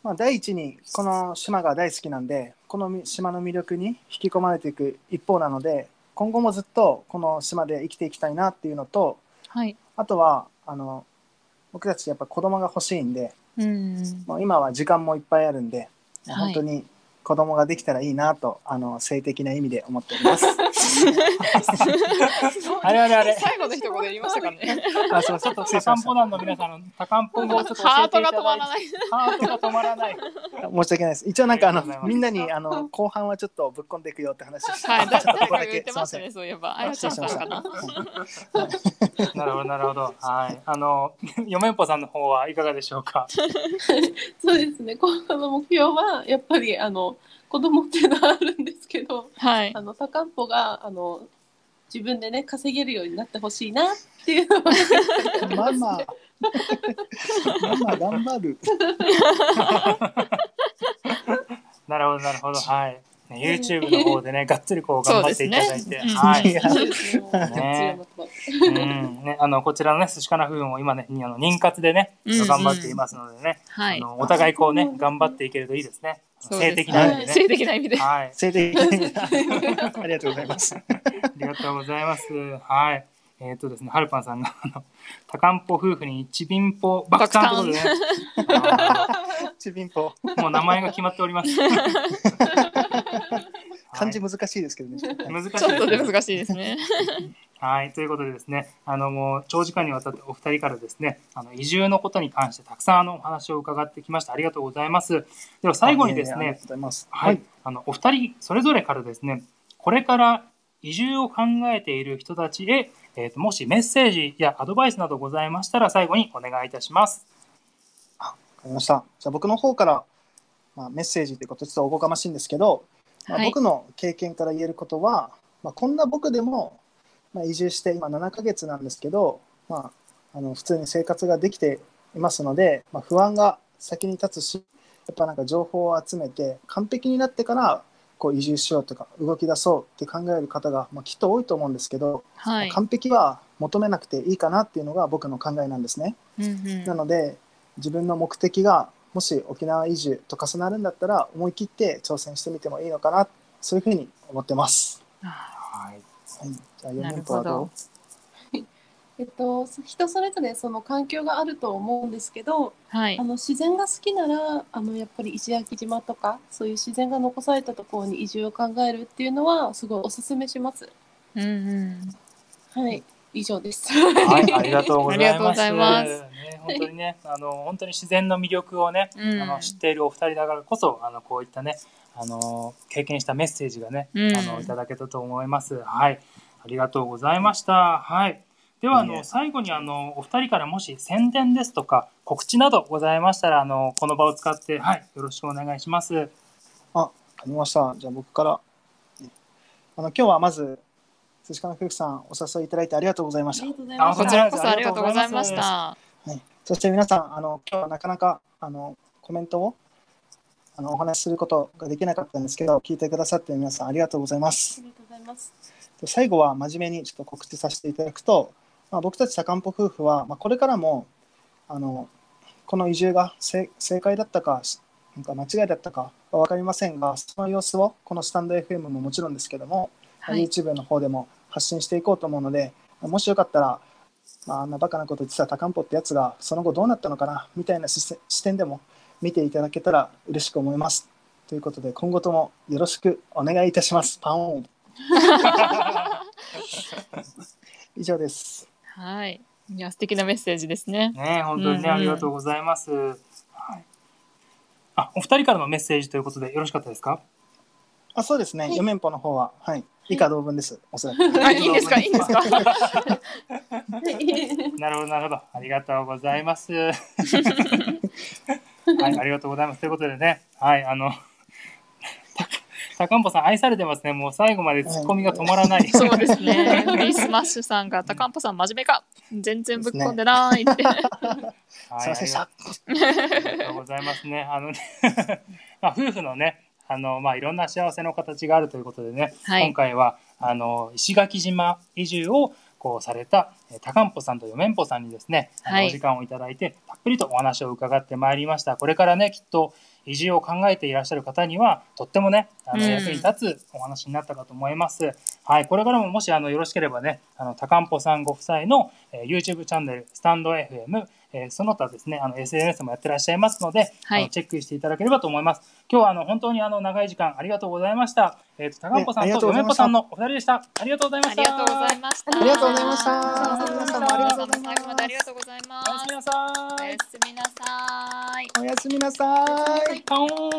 S3: まあ、第一にこの島が大好きなんでこのみ島の魅力に引き込まれていく一方なので今後もずっとこの島で生きていきたいなっていうのと
S1: はい。
S3: あとはあの僕たちやっぱ子供が欲しいんで
S1: うん。
S3: もう今は時間もいっぱいあるんで
S1: はい
S3: 本当に子供ができたらいいなと、あの性的な意味で思っており
S1: (laughs)
S3: ます。
S2: あれあれあれ。
S1: 最後の一言言いましたかね。
S3: あ、そう、
S2: ちょ
S3: ちょ
S2: っ
S3: っ
S2: とタ
S3: と失礼し
S2: カ
S3: ま
S2: ン
S3: し
S2: ポなの皆さんのタカンポ語をちょっと教
S1: ハ
S2: え
S1: ー
S2: て
S1: ト
S2: い
S1: が
S2: た
S1: 止
S2: だいて
S1: まらない。
S2: ハートが止まらない。
S3: た。申し訳ないです。一応なんかあ
S2: ありがとうござい
S3: の
S2: ます
S3: みんなにあの後半はちょっとぶっこんでいくよって話をして
S1: はい、だ
S3: ちょっ
S1: 誰
S3: とこ
S1: か
S3: れだ
S1: 言って
S3: けすい
S1: ま
S3: ま
S1: した
S3: せん。
S1: ね、そういえば。あやちゃんさんかな。
S2: なるほどなるほど。はい。あの嫁んぽさんの方はいかがでしょうか。
S4: そうですね今後の目標はやっぱりあの子供っていうのはあるんですけど
S1: はい
S4: あ。のタカンポがあの自分でね稼げるようになってほしいなっていうのは
S3: ママ、ママ頑張る。
S2: なるほどなるほど。はい。ね YouTube の方でね、がっつりこう頑張っていただい
S1: そう
S2: て、
S1: ですね
S2: はい。
S3: いや
S4: そうです
S2: ね
S4: ねこちらの
S2: うんね、あのこちらのね、寿司かな夫婦も今ね、にあの妊活でね、
S1: うんうん
S2: 頑張っていますのでね、
S1: は
S2: あ
S1: い。
S2: のお互いこうね、頑張っていけるといいですね。
S1: そうです
S2: 性的な意
S1: は
S2: 味
S1: い
S2: で
S1: 性
S2: ね。
S1: 的な意味で。
S2: はい。
S3: 性的な意味でありがとうございます。
S2: ありがとうございます。はい。えっ、とですね、はるぱんさんが、あの、たかんぽ夫婦にちびんぽ爆誕ということでね、
S3: ちびんぽ。
S2: あのもう名前が決まっております。
S3: (laughs) 漢字難しいですけどね。
S2: はい難しい
S1: ちょっとで
S2: で
S1: す
S2: ね。
S1: 難しいですね。
S2: はい、ということでですね、あのもう長時間にわたってお二人からですね、あの移住のことに関してたくさんあのお話を伺ってきました。ありがとうございます。では最後にです
S3: あいえいえありが
S2: ね
S3: と、うございます。
S2: はい、。あのお二人それぞれからですね、これから移住を考えている人たちへ、えーともしメッセージやアドバイスなどございましたら最後にお願いいたします。
S3: わかりました。じゃあ僕の方から、まあ、メッセージということでちょっとおこがましいんですけど、まあ
S1: はい
S3: 僕の経験から言えることは、まあ、こんな僕でも、まあ、移住して今7ヶ月なんですけど、まあ、あの普通に生活ができていますので、まあ、不安が先に立つしやっぱなんか情報を集めて完璧になってからこう移住しようとか動き出そうって考える方が、まあ、きっと多いと思うんですけど、
S1: はい。
S3: 完璧は求めなくていいかなっていうのが僕の考えなんですね。
S1: うんうん
S3: なので自分の目的がもし沖縄移住と重なるんだったら思い切って挑戦してみてもいいのかなそういうふうに思ってます。
S1: あ
S2: はい、
S3: はい、じゃあ
S1: ーな
S3: 4
S1: る
S3: 人とは
S1: ほ
S3: どう
S1: ど。
S4: えっと、人それぞれその環境があると思うんですけど
S1: はい
S4: あ。の自然が好きならあのやっぱり石垣島とかそういう自然が残されたところに移住を考えるっていうのはすごいおすすめします。
S1: うんうん。
S4: はい以上です。
S2: はい、ありがとうございま
S1: (laughs) ありが
S2: す。
S1: とうございます
S2: ね、本当にね、あの本当に自然の魅力をね、
S1: うん
S2: あの知っているお二人だからこそ、あのこういったね、あの経験したメッセージがね、
S1: うん
S2: あのいただけたと思います。はい、ありがとうございました。はい。ではあ
S3: いい
S2: の
S3: え
S2: 最後にあのお二人からもし宣伝ですとか告知などございましたらあのこの場を使ってはいよろしくお願いします。
S3: ありました。じゃあ僕から。あの今日はまず寿司かの夫婦さんお誘いいただいてありがとうございました。
S4: とうござい
S2: ましたこちら
S1: こそありがとうございました。
S3: はい、そして皆さんあの今日はなかなかあのコメントをあのお話しすることができなかったんですけど聞いてくださってる皆さんありがとうございます。
S4: ありがとうございます。
S3: で最後は真面目にちょっと告知させていただくと、まあ、僕たちさかんぽ夫婦は、まあ、これからもあのこの移住が正正解だったかしなんか間違いだったかは分かりませんがその様子をこのスタンド FM ももちろんですけども、
S1: はい
S3: YouTube の方でも発信していこうと思うのでもしよかったら、まあ、あんなバカなこと言ってたたかんぽってやつがその後どうなったのかなみたいな視線視点でも見ていただけたら嬉しく思います。ということで今後ともよろしくお願いいたします。パオーン以上です。
S1: はい。いや、素敵なメッセージですね。
S2: ね本当にね、
S1: うんうん
S2: ありがとうございます。はい。あお二人からのメッセージということでよろしかったですか？
S3: あ、そうですね。
S4: はい
S3: 四面歩の方は、はい、以下同文です。おそらく。
S1: あ、いいんですかいいんですか
S4: はい
S2: なるほど、なるほど。ありがとうござ
S1: (laughs)
S2: います。はい、ありがとうございます。ということでね、はい、あの、たかんぽさん愛されてますね。もう最後までツッコミが止まらない。
S1: そうですね。フリースマッシュさんが、たかんぽさん真面目か。全然ぶっこんでない (laughs) って。
S2: は
S3: すいませんでした。
S2: ありがとうございますね。あの、ね (laughs) まあ、夫婦のね、あの、まあ、いろんな幸せの形があるということでね、
S1: はい
S2: 今回は、あの、石垣島移住を、こうされた、えー、高んぽさんとよめんぽさんにですね、あの
S1: はい
S2: お時間をいただいて、たっぷりとお話を伺ってまいりました。これからね、きっと移住を考えていらっしゃる方には、とってもね、あの
S1: うん
S2: 役に立つお話になったかと思います。はい、これからももしあのよろしければね、あの高んぽさんご夫妻の、えー YouTube チャンネル、スタンド FM、えーその他ですね、あの SNS もやってらっしゃいますので、
S1: はい
S2: あのチェックしていただければと思います。今日はあの本当にあの長い時間ありがとうございました。えっ、と高んぽさ
S3: えあ
S2: ん
S3: りが
S2: と
S3: とうござ
S2: 梅
S3: いま
S2: 子
S3: した
S2: さんのお二人でした。ありがとうございま
S1: あ
S2: し
S1: り
S2: た。
S1: がとうございました。
S4: ありがとうございました
S1: 皆様
S4: 皆様
S1: 最後までありがとうございま
S2: おやすみ
S1: す。
S2: なさ
S1: おや
S2: い。
S1: すみなさい。
S3: おやすみなさい。
S2: パオーン